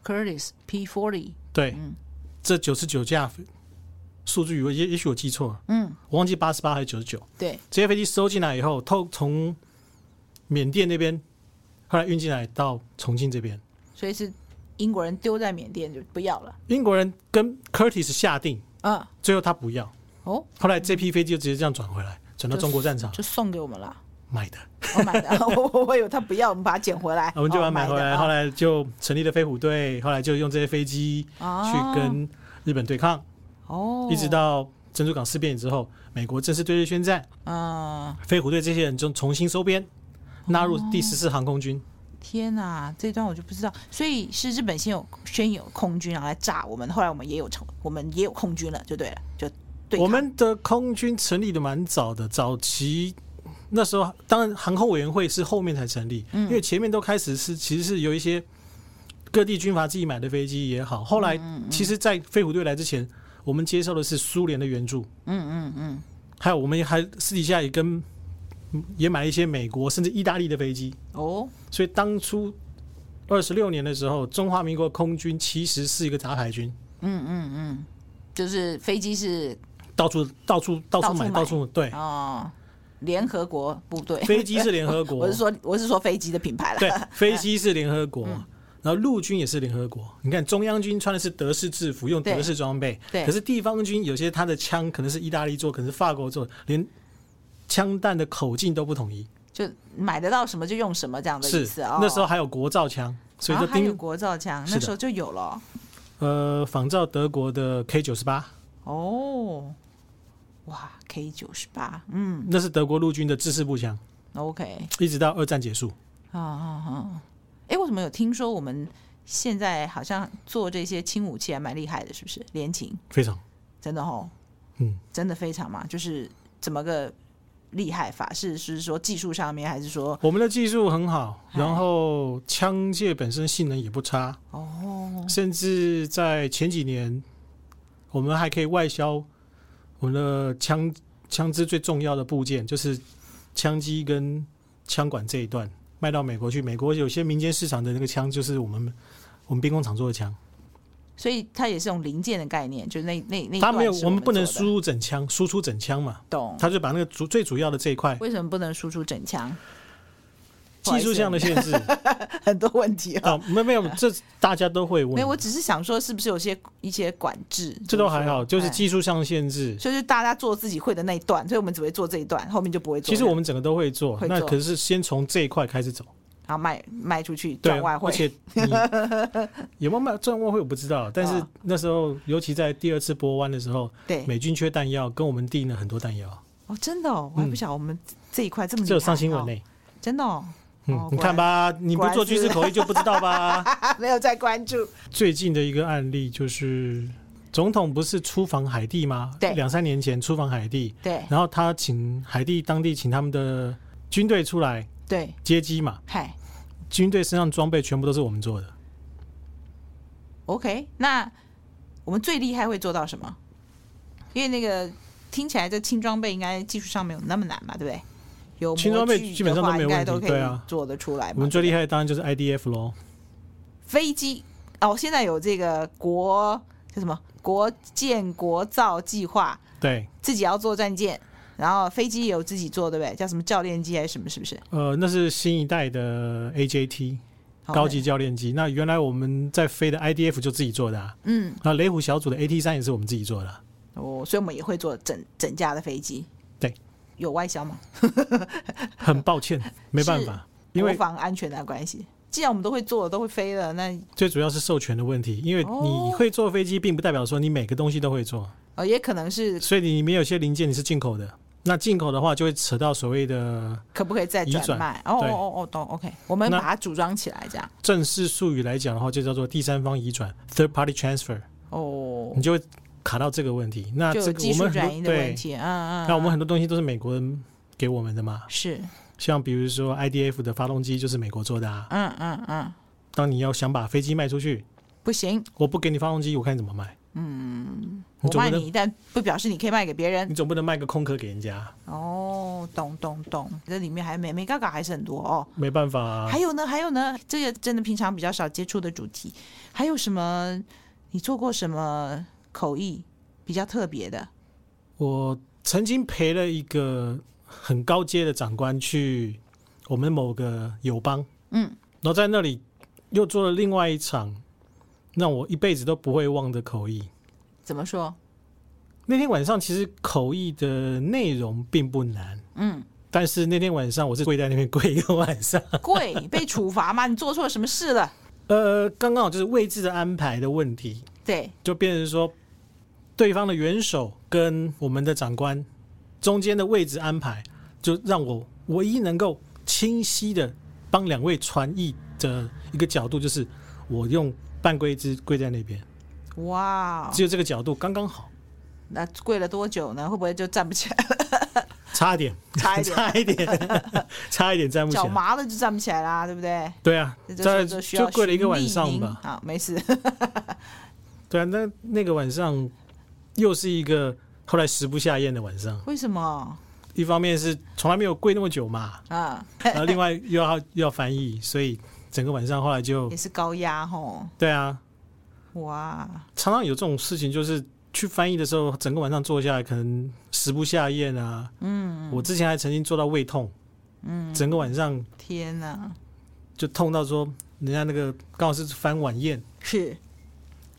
Speaker 1: ，Curtis P forty，
Speaker 2: 对，这九十九架数据我也也许我记错了，
Speaker 1: 嗯，
Speaker 2: 我忘记八十八还是九十九，
Speaker 1: 对，
Speaker 2: 这些飞机收进来以后，透从缅甸那边后来运进来到重庆这边，
Speaker 1: 所以是英国人丢在缅甸就不要了，
Speaker 2: 英国人跟 Curtiss 下定，
Speaker 1: 嗯，
Speaker 2: 最后他不要。
Speaker 1: 哦，
Speaker 2: 后来这批飞机就直接这样转回来，转到中国战场
Speaker 1: 就送给我们了。
Speaker 2: 买的，
Speaker 1: 我买 的，我我以为他不要，我们把它捡回来，
Speaker 2: 啊我们就把
Speaker 1: 哦
Speaker 2: 它买回
Speaker 1: 的
Speaker 2: 来。
Speaker 1: 哦
Speaker 2: 后来就成立了飞虎队，后来就用这些飞机
Speaker 1: 哦
Speaker 2: 去跟日本对抗，
Speaker 1: 哦，
Speaker 2: 一直到珍珠港事变之后，美国正式对日宣战，
Speaker 1: 嗯，
Speaker 2: 飞虎队这些人就重新收编，纳入第十四航空军。
Speaker 1: 天呐，这段我就不知道，所以是日本先有先有空军，然后啊来炸我们，后来我们也有成，我们也有空军了，就对了，就对抗。
Speaker 2: 我们的空军成立的蛮早的，早期那时候当然航空委员会是后面才成立，因为前面都开始是其实是有一些各地军阀自己买的飞机也好，后来其实，在飞虎队来之前，我们接受的是苏联的援助，嗯嗯嗯，还有我们还私底下也跟也买了一些美国甚至意大利的飞机，
Speaker 1: 哦，
Speaker 2: 所以当初二十六年的时候，中华民国空军其实是一个杂牌军，
Speaker 1: 就是飞机是
Speaker 2: 到处到处到
Speaker 1: 到
Speaker 2: 处
Speaker 1: 处
Speaker 2: 买
Speaker 1: 买
Speaker 2: 到处对，
Speaker 1: 哦，联合国部队，
Speaker 2: 飞机是联合国，
Speaker 1: 我是说嗯我是说飞机的品牌了，
Speaker 2: 对，飞机是联合国，然后陆军也是联合国。你看中央军穿的是德式制服，用
Speaker 1: 对
Speaker 2: 德式装备，
Speaker 1: 对
Speaker 2: 可是地方军有些他的枪可能是意大利做，可能是法国做，连枪弹的口径都不统一。
Speaker 1: 就买得到什么就用什么这样的
Speaker 2: 是
Speaker 1: 意思哦。
Speaker 2: 那时候还有国造枪，所以
Speaker 1: 然后
Speaker 2: 就
Speaker 1: 还有
Speaker 2: 盯
Speaker 1: 国造枪，
Speaker 2: 是
Speaker 1: 那
Speaker 2: 的
Speaker 1: 时候就有了
Speaker 2: 呃仿照德国的 K 九十八，
Speaker 1: 哦。哇，K 九十八，嗯
Speaker 2: 那是德国陆军的制式步枪，
Speaker 1: ，OK，
Speaker 2: 一直到二战结束。
Speaker 1: 啊啊啊！哎，我怎么有听说我们现在好像做这些轻武器还蛮厉害的，是不是？联勤
Speaker 2: 非常
Speaker 1: 真的哦，
Speaker 2: 嗯，
Speaker 1: 真的非常嘛，就是怎么个厉害法？是是说技术上面，还是说
Speaker 2: 我们的技术很好，
Speaker 1: 嗨
Speaker 2: 然后枪械本身性能也不差，
Speaker 1: 哦，
Speaker 2: 甚至在前几年，我们还可以外销我们的枪枪支最重要的部件，就是枪机跟枪管这一段卖到美国去。美国有些民间市场的那个枪，就是我们我们兵工厂做的枪，
Speaker 1: 所以它也是用零件的概念，就那那那一
Speaker 2: 它没有
Speaker 1: 段是，
Speaker 2: 我们不能
Speaker 1: 做的
Speaker 2: 输入整枪，输出整枪嘛，
Speaker 1: 懂？
Speaker 2: 它就把那个主最主要的这一块
Speaker 1: 为什么不能输出整枪？不好
Speaker 2: 技
Speaker 1: 意思
Speaker 2: 术上的限 制
Speaker 1: 很多问题啊。
Speaker 2: 啊，没有没有，这大家都会
Speaker 1: 没有，
Speaker 2: 问，
Speaker 1: 我只是想说，是不是有些一些管制？
Speaker 2: 这都还好，
Speaker 1: 就
Speaker 2: 就是是
Speaker 1: 说
Speaker 2: 技术上的限制
Speaker 1: 哎。就是大家做自己会的那一段，所以我们只会做这一段，后面就不会做了。
Speaker 2: 其实我们整个都会做
Speaker 1: 会，
Speaker 2: 那
Speaker 1: 做
Speaker 2: 可是先从这一块开始走。
Speaker 1: 然后卖卖出去
Speaker 2: 对啊
Speaker 1: 赚，外汇
Speaker 2: 而，且你 有没有卖赚外汇我不知道，但是
Speaker 1: 啊
Speaker 2: 那时候，尤其在第二次波湾的时候，
Speaker 1: 对，
Speaker 2: 美军缺弹药，跟我们订了很多弹药，
Speaker 1: 哦，真的、哦，我还不晓得我们这一块这么厉害、哦，
Speaker 2: 嗯这有上新闻呢、
Speaker 1: 真的哦，哦
Speaker 2: 嗯，你看，吧，你不做军事口译就不知道 吧？
Speaker 1: 果然没有在关注，
Speaker 2: 最近的一个案例就是，总统不是出访海地吗？
Speaker 1: 对
Speaker 2: 两三年前出访海地，
Speaker 1: 对
Speaker 2: 然后他请海地当地请他们的军队出来
Speaker 1: 对，
Speaker 2: 接机嘛，
Speaker 1: 嗨
Speaker 2: 军队身上装备全部都是我们做的。
Speaker 1: ，OK，那我们最厉害会做到什么？因为那个听起来这轻装备应该技术上没有那么难嘛，对不对？有模具
Speaker 2: 轻装备
Speaker 1: 的
Speaker 2: 基本上都
Speaker 1: 话
Speaker 2: 没有
Speaker 1: 应该
Speaker 2: 问题
Speaker 1: 都可
Speaker 2: 对
Speaker 1: 以
Speaker 2: 啊
Speaker 1: 做得出来嘛。
Speaker 2: 我们最
Speaker 1: 对
Speaker 2: 厉害的当然就是 IDF
Speaker 1: 不
Speaker 2: 喽。
Speaker 1: 对飞机哦，现在有这个国叫什么国建国造计划，
Speaker 2: 对，
Speaker 1: 自己要做战舰，然后飞机也有自己做，对不对？叫什么教练机还是什么？是不是？
Speaker 2: 呃，那是新一代的 AJT
Speaker 1: 好
Speaker 2: 高级，教练机。那原来我们在飞的 IDF 就自己做的、啊，
Speaker 1: 嗯，
Speaker 2: 那雷虎小组的 AT 三也是我们自己做 的啊、
Speaker 1: 哦，所以我们也会做整整架的飞机。
Speaker 2: 对，
Speaker 1: 有外销吗？
Speaker 2: 很抱歉，没办法，因
Speaker 1: 国
Speaker 2: 为
Speaker 1: 防安全的关系。既然我们都会做，都会飞了，那
Speaker 2: 最主要是授权的问题。因为你会坐飞机，并不代表说你每个东西都会做，
Speaker 1: 哦也可能是
Speaker 2: 所以你里面有些零件你是进口的。那进口的话，就会扯到所谓的
Speaker 1: 可不可以再
Speaker 2: 移
Speaker 1: 转
Speaker 2: 转
Speaker 1: 卖？哦哦
Speaker 2: 对
Speaker 1: 哦哦，懂 OK，我们
Speaker 2: 那
Speaker 1: 把它组装起来这样。
Speaker 2: 正式术语来讲的话，就叫做第三方移转 （third party transfer），
Speaker 1: 哦
Speaker 2: 你，就会卡到这个问题。那
Speaker 1: 就有
Speaker 2: 这个
Speaker 1: 技
Speaker 2: 我
Speaker 1: 术
Speaker 2: 们
Speaker 1: 转
Speaker 2: 很
Speaker 1: 移
Speaker 2: 多
Speaker 1: 的问
Speaker 2: 对，
Speaker 1: 题。嗯嗯，
Speaker 2: 那我们
Speaker 1: 嗯
Speaker 2: 很多东西都是美国人给我们的嘛。
Speaker 1: 是
Speaker 2: 像比如说 IDF 的发动机就是美国做的啊。
Speaker 1: 嗯嗯嗯，
Speaker 2: 当你要想把飞机卖出去，
Speaker 1: 不行，
Speaker 2: 我不给你发动机，我看你怎么卖。
Speaker 1: 嗯我
Speaker 2: 你总
Speaker 1: 卖
Speaker 2: 不能
Speaker 1: 你，但不表示你可以卖给别人
Speaker 2: 你。总不能卖个空壳给人家，
Speaker 1: 哦，懂懂懂，这里面还美美嘎嘎还是很多哦。
Speaker 2: 没办法、啊
Speaker 1: 还。有呢，还有呢，这个真的平常比较少接触的主题，还有什么？你做过什么口译比较特别的？
Speaker 2: 我曾经陪了一个很高阶的长官去我们某个友邦，
Speaker 1: 嗯，
Speaker 2: 然后在那里又做了另外一场让我一辈子都不会忘的口译。
Speaker 1: 怎么说？
Speaker 2: 那天晚上其实口译的内容并不难，
Speaker 1: 嗯，
Speaker 2: 但是那天晚上我是跪在那边跪一个晚上。
Speaker 1: 跪被处罚吗？你做错什么事了？
Speaker 2: 呃，刚刚好就是位置的安排的问题，
Speaker 1: 对，
Speaker 2: 就变成说，对方的元首跟我们的长官中间的位置安排，就让我唯一能够清晰的帮两位传译的一个角度，就是我用半跪姿跪在那边，
Speaker 1: 哇，哦
Speaker 2: 只有这个角度刚刚好，
Speaker 1: 那跪了多久呢？会不会就站不起来？
Speaker 2: 差一点，
Speaker 1: 差一点
Speaker 2: 差一点，差一点站不起
Speaker 1: 脚
Speaker 2: 来。
Speaker 1: 麻了就站不起来啦，对不对？
Speaker 2: 对啊
Speaker 1: 这，就
Speaker 2: 在
Speaker 1: 是这需要
Speaker 2: 就跪了一个晚
Speaker 1: 循利
Speaker 2: 上
Speaker 1: 宁
Speaker 2: 吧。
Speaker 1: 啊，没事，
Speaker 2: 对啊，那那个晚上又是一个后来食不下咽的晚上，
Speaker 1: 为什么
Speaker 2: 一方面是从来没有跪那么久嘛，
Speaker 1: 啊？
Speaker 2: 然后另外又要又要翻译，所以整个晚上后来就
Speaker 1: 也是高压吼，
Speaker 2: 对啊，
Speaker 1: 哇，
Speaker 2: 常常有这种事情，就是去翻译的时候，整个晚上坐下来，可能食不下咽啊。嗯，我之前还曾经做到胃痛，嗯，整个晚上
Speaker 1: 天啊哪，
Speaker 2: 就痛到说，人家那个刚好是翻晚宴，
Speaker 1: 是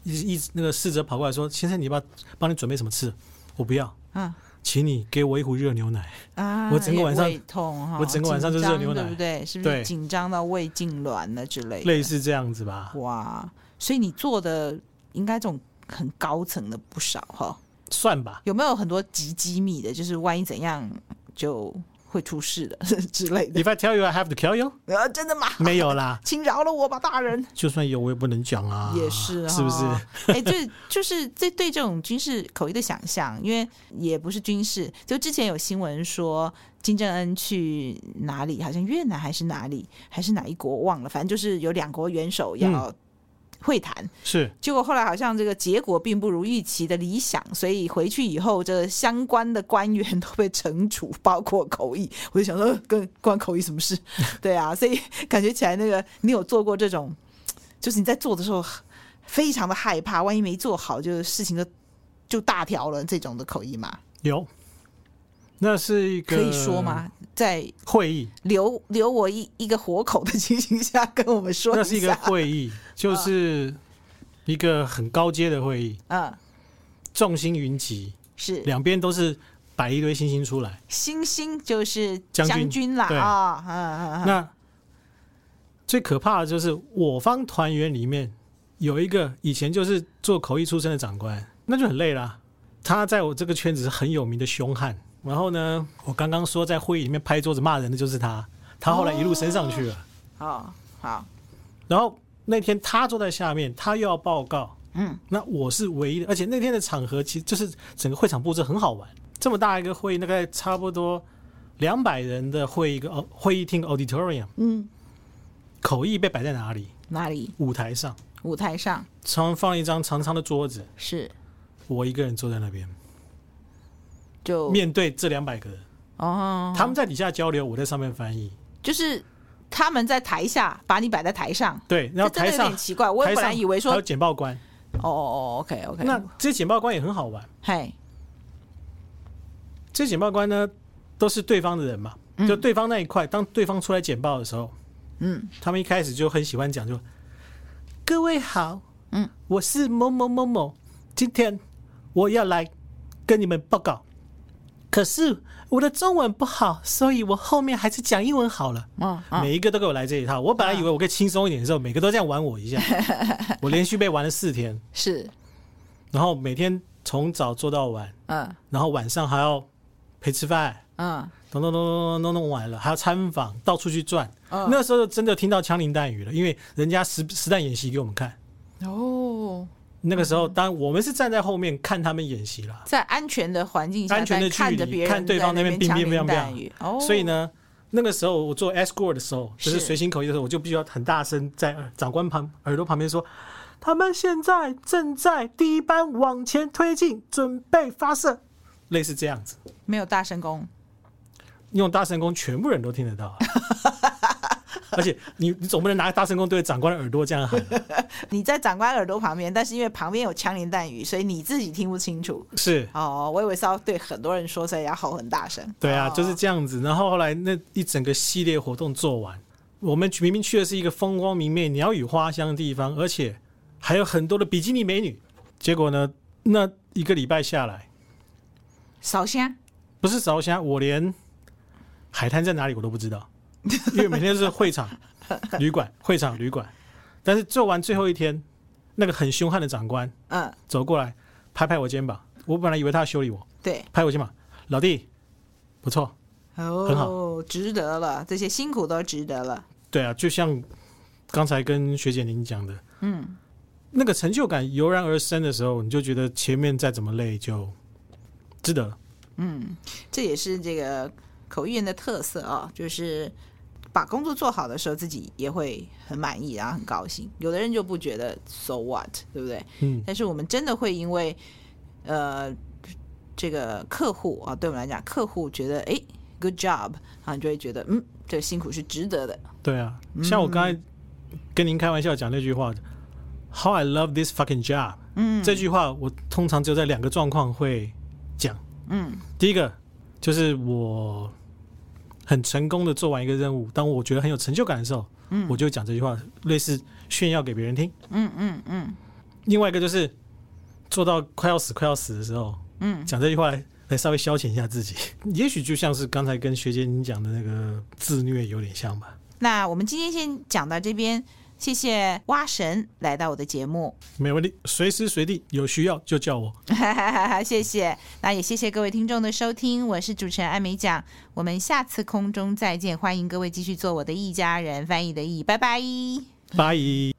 Speaker 2: 一一那个侍者跑过来说：“先生，你要不要帮你准备什么吃？”我不要，
Speaker 1: 嗯
Speaker 2: 请你给我一壶热牛奶。
Speaker 1: 啊，
Speaker 2: 我整个晚上
Speaker 1: 也胃痛哈，
Speaker 2: 我整个晚上就
Speaker 1: 紧
Speaker 2: 热
Speaker 1: 张
Speaker 2: 牛奶
Speaker 1: 对不对？是不是
Speaker 2: 对
Speaker 1: 紧张到胃痉挛了之类的？
Speaker 2: 类似这样子吧。
Speaker 1: 哇，所以你做的应该这种很高层的不少哈，
Speaker 2: 算吧，
Speaker 1: 有没有很多极机密的？就是万一怎样就会出事的 之类的？
Speaker 2: If I tell you I have to kill you，
Speaker 1: 呃，真的吗？
Speaker 2: 没有啦，
Speaker 1: 请饶了我吧，大人。
Speaker 2: 就算有我也不能讲啊，
Speaker 1: 也是、哦，
Speaker 2: 是不是？？
Speaker 1: 哎，对，就是这对这种军事口译的想象，因为也不是军事，就之前有新闻说金正恩去哪里，好像越南还是哪里，还是哪一国忘了，反正就是有两国元首
Speaker 2: 嗯
Speaker 1: 要会谈，
Speaker 2: 是
Speaker 1: 结果后来好像这个结果并不如预期的理想，所以回去以后，这相关的官员都被惩处，包括口译。我就想说，呃跟关口译什 么事？对啊，所以感觉起来那个你有做过这种，就是你在做的时候非常的害怕，万一没做好，就事情就就大条了这种的口译嘛？
Speaker 2: 有，那是一个
Speaker 1: 可以说？吗？在
Speaker 2: 会议，
Speaker 1: 留留我一一个活口的情形下，跟我们说
Speaker 2: 那
Speaker 1: 一
Speaker 2: 是一个
Speaker 1: 下。
Speaker 2: 会议，就是一个很高阶的会议，
Speaker 1: 嗯，
Speaker 2: 众星云集，
Speaker 1: 是
Speaker 2: 两边都是摆一堆星星出来。
Speaker 1: 星星就是
Speaker 2: 将军
Speaker 1: 军啦
Speaker 2: 对
Speaker 1: 啊，嗯嗯嗯，
Speaker 2: 那最可怕的就是我方团员里面有一个以前就是做口译出身的长官，那就很累啦。他在我这个圈子是很有名的凶悍。然后呢，我刚刚说在会议里面拍桌子骂人的就是他，他后来一路升上去了。
Speaker 1: 哦，好，
Speaker 2: 然后那天他坐在下面，他又要报告，
Speaker 1: 嗯，
Speaker 2: 那我是唯一的，而且那天的场合其实就是整个会场布置很好玩，这么大一个会议，大概差不多两百人的会议一个哦会议厅 auditorium，
Speaker 1: 嗯，
Speaker 2: 口译被摆在哪里？
Speaker 1: 哪里？
Speaker 2: 舞台上，
Speaker 1: 舞台上
Speaker 2: 常放一张长长的桌子，
Speaker 1: 是
Speaker 2: 我一个人坐在那边，
Speaker 1: 就
Speaker 2: 面对这两百个人，
Speaker 1: 哦，
Speaker 2: 他们在底下交流，我在上面翻译。
Speaker 1: 就是他们在台下把你摆在台上，
Speaker 2: 对，然后
Speaker 1: 这真
Speaker 2: 台
Speaker 1: 的有
Speaker 2: 上
Speaker 1: 点奇怪。我
Speaker 2: 台
Speaker 1: 本来
Speaker 2: 上
Speaker 1: 以为说
Speaker 2: 还有，简报官，
Speaker 1: 哦哦，OK OK，
Speaker 2: 那这些简报官也很好玩。
Speaker 1: 嘿，
Speaker 2: 这些简报官呢，都是对方的人嘛，就对方那一块，当对方出来简报的时候，
Speaker 1: 嗯，
Speaker 2: 他们一开始就很喜欢讲，就各位好，
Speaker 1: 嗯，
Speaker 2: 我是某某某某，今天我要来跟你们报告，可是我的中文不好，所以我后面还是讲英文好了。
Speaker 1: 嗯嗯，
Speaker 2: 每一个都给我来这一套，我本来以为我可以轻松一点的时候，每个都这样玩我一下，
Speaker 1: 啊
Speaker 2: 我连续被玩了四天，
Speaker 1: 是，
Speaker 2: 然后每天从早做到晚，
Speaker 1: 嗯
Speaker 2: 然后晚上还要陪吃饭，
Speaker 1: 嗯，
Speaker 2: 弄弄弄弄弄弄完了，还要参访，到处去转。
Speaker 1: 嗯
Speaker 2: 那时候就真的听到枪林弹雨了，因为人家实实弹演习给我们看。
Speaker 1: 哦，
Speaker 2: 那个时候，当然我们是站在后面看他们演习啦，
Speaker 1: 在安全的环境下，
Speaker 2: 安全的
Speaker 1: 在看
Speaker 2: 距
Speaker 1: 着
Speaker 2: 离
Speaker 1: 别人
Speaker 2: 看对
Speaker 1: 在
Speaker 2: 方
Speaker 1: 那
Speaker 2: 那边乒
Speaker 1: 枪
Speaker 2: 乒
Speaker 1: 林
Speaker 2: 乓
Speaker 1: 弹
Speaker 2: 乓
Speaker 1: 雨，哦，
Speaker 2: 所以呢，那个时候我做 escort 的时候，就是
Speaker 1: 是
Speaker 2: 随行口译的时候，我就必须要很大声在长官旁耳朵旁边说：“他们现在正在第一班往前推进，准备发射。”类似这样子，
Speaker 1: 没有大声公，
Speaker 2: 用大声公，全部人都听得到 啊。而且你你总不能拿大声公对着长官的耳朵这样喊 啊
Speaker 1: 你在长官耳朵旁边，但是因为旁边有枪林弹雨，所以你自己听不清楚。
Speaker 2: 是，
Speaker 1: 哦，我以为是要对很多人说，所以要吼很大声。
Speaker 2: 对啊，
Speaker 1: 哦
Speaker 2: 就是这样子。然后后来那一整个系列活动做完，我们明明去的是一个风光明媚、鸟语花香的地方，而且还有很多的比基尼美女。结果呢，那一个礼拜下来，
Speaker 1: 扫虾。
Speaker 2: 不是烧虾，我连海滩在哪里我都不知道，因为每天都是会场、旅馆、会场、旅馆。但是做完最后一天，那个很凶悍的长官
Speaker 1: 嗯，
Speaker 2: 走过来，拍拍我肩膀。我本来以为他要修理我，
Speaker 1: 对，
Speaker 2: 拍我肩膀，老弟，不错，很
Speaker 1: 哦，值得了，这些辛苦都值得了。
Speaker 2: 对啊，就像刚才跟学姐您讲的，嗯，那个成就感油然而生的时候，你就觉得前面再怎么累就值得了。
Speaker 1: 这也是这个口译员的特色啊，就是把工作做好的时候，自己也会很满意，然啊后很高兴。有的人就不觉得 so what，对不对？
Speaker 2: 嗯，
Speaker 1: 但是我们真的会因为呃这个客户啊，对我们来讲，客户觉得哎，good job 啊，你就会觉得嗯，这个辛苦是值得的。
Speaker 2: 对啊，像我刚才跟您开玩笑讲那句话、h o w I love this fucking job。嗯，这句话我通常只有在两个状况会讲。
Speaker 1: 嗯，
Speaker 2: 第一个就是我很成功的做完一个任务，当我觉得很有成就感的时候，嗯，我就讲这句话，类似炫耀给别人听。
Speaker 1: 嗯嗯嗯
Speaker 2: 另外一个就是做到快要死、快要死的时候，
Speaker 1: 嗯，
Speaker 2: 讲这句话来来稍微消遣一下自己。也许就像是刚才跟学姐你讲的那个自虐有点像吧。
Speaker 1: 那我们今天先讲到这边，谢谢蛙神来到我的节目，
Speaker 2: 没问题，随时随地有需要就叫我。
Speaker 1: 谢谢。那也谢谢各位听众的收听，我是主持人艾美奖，我们下次空中再见，欢迎各位继续做我的一家人翻译的译，拜拜。
Speaker 2: 八一。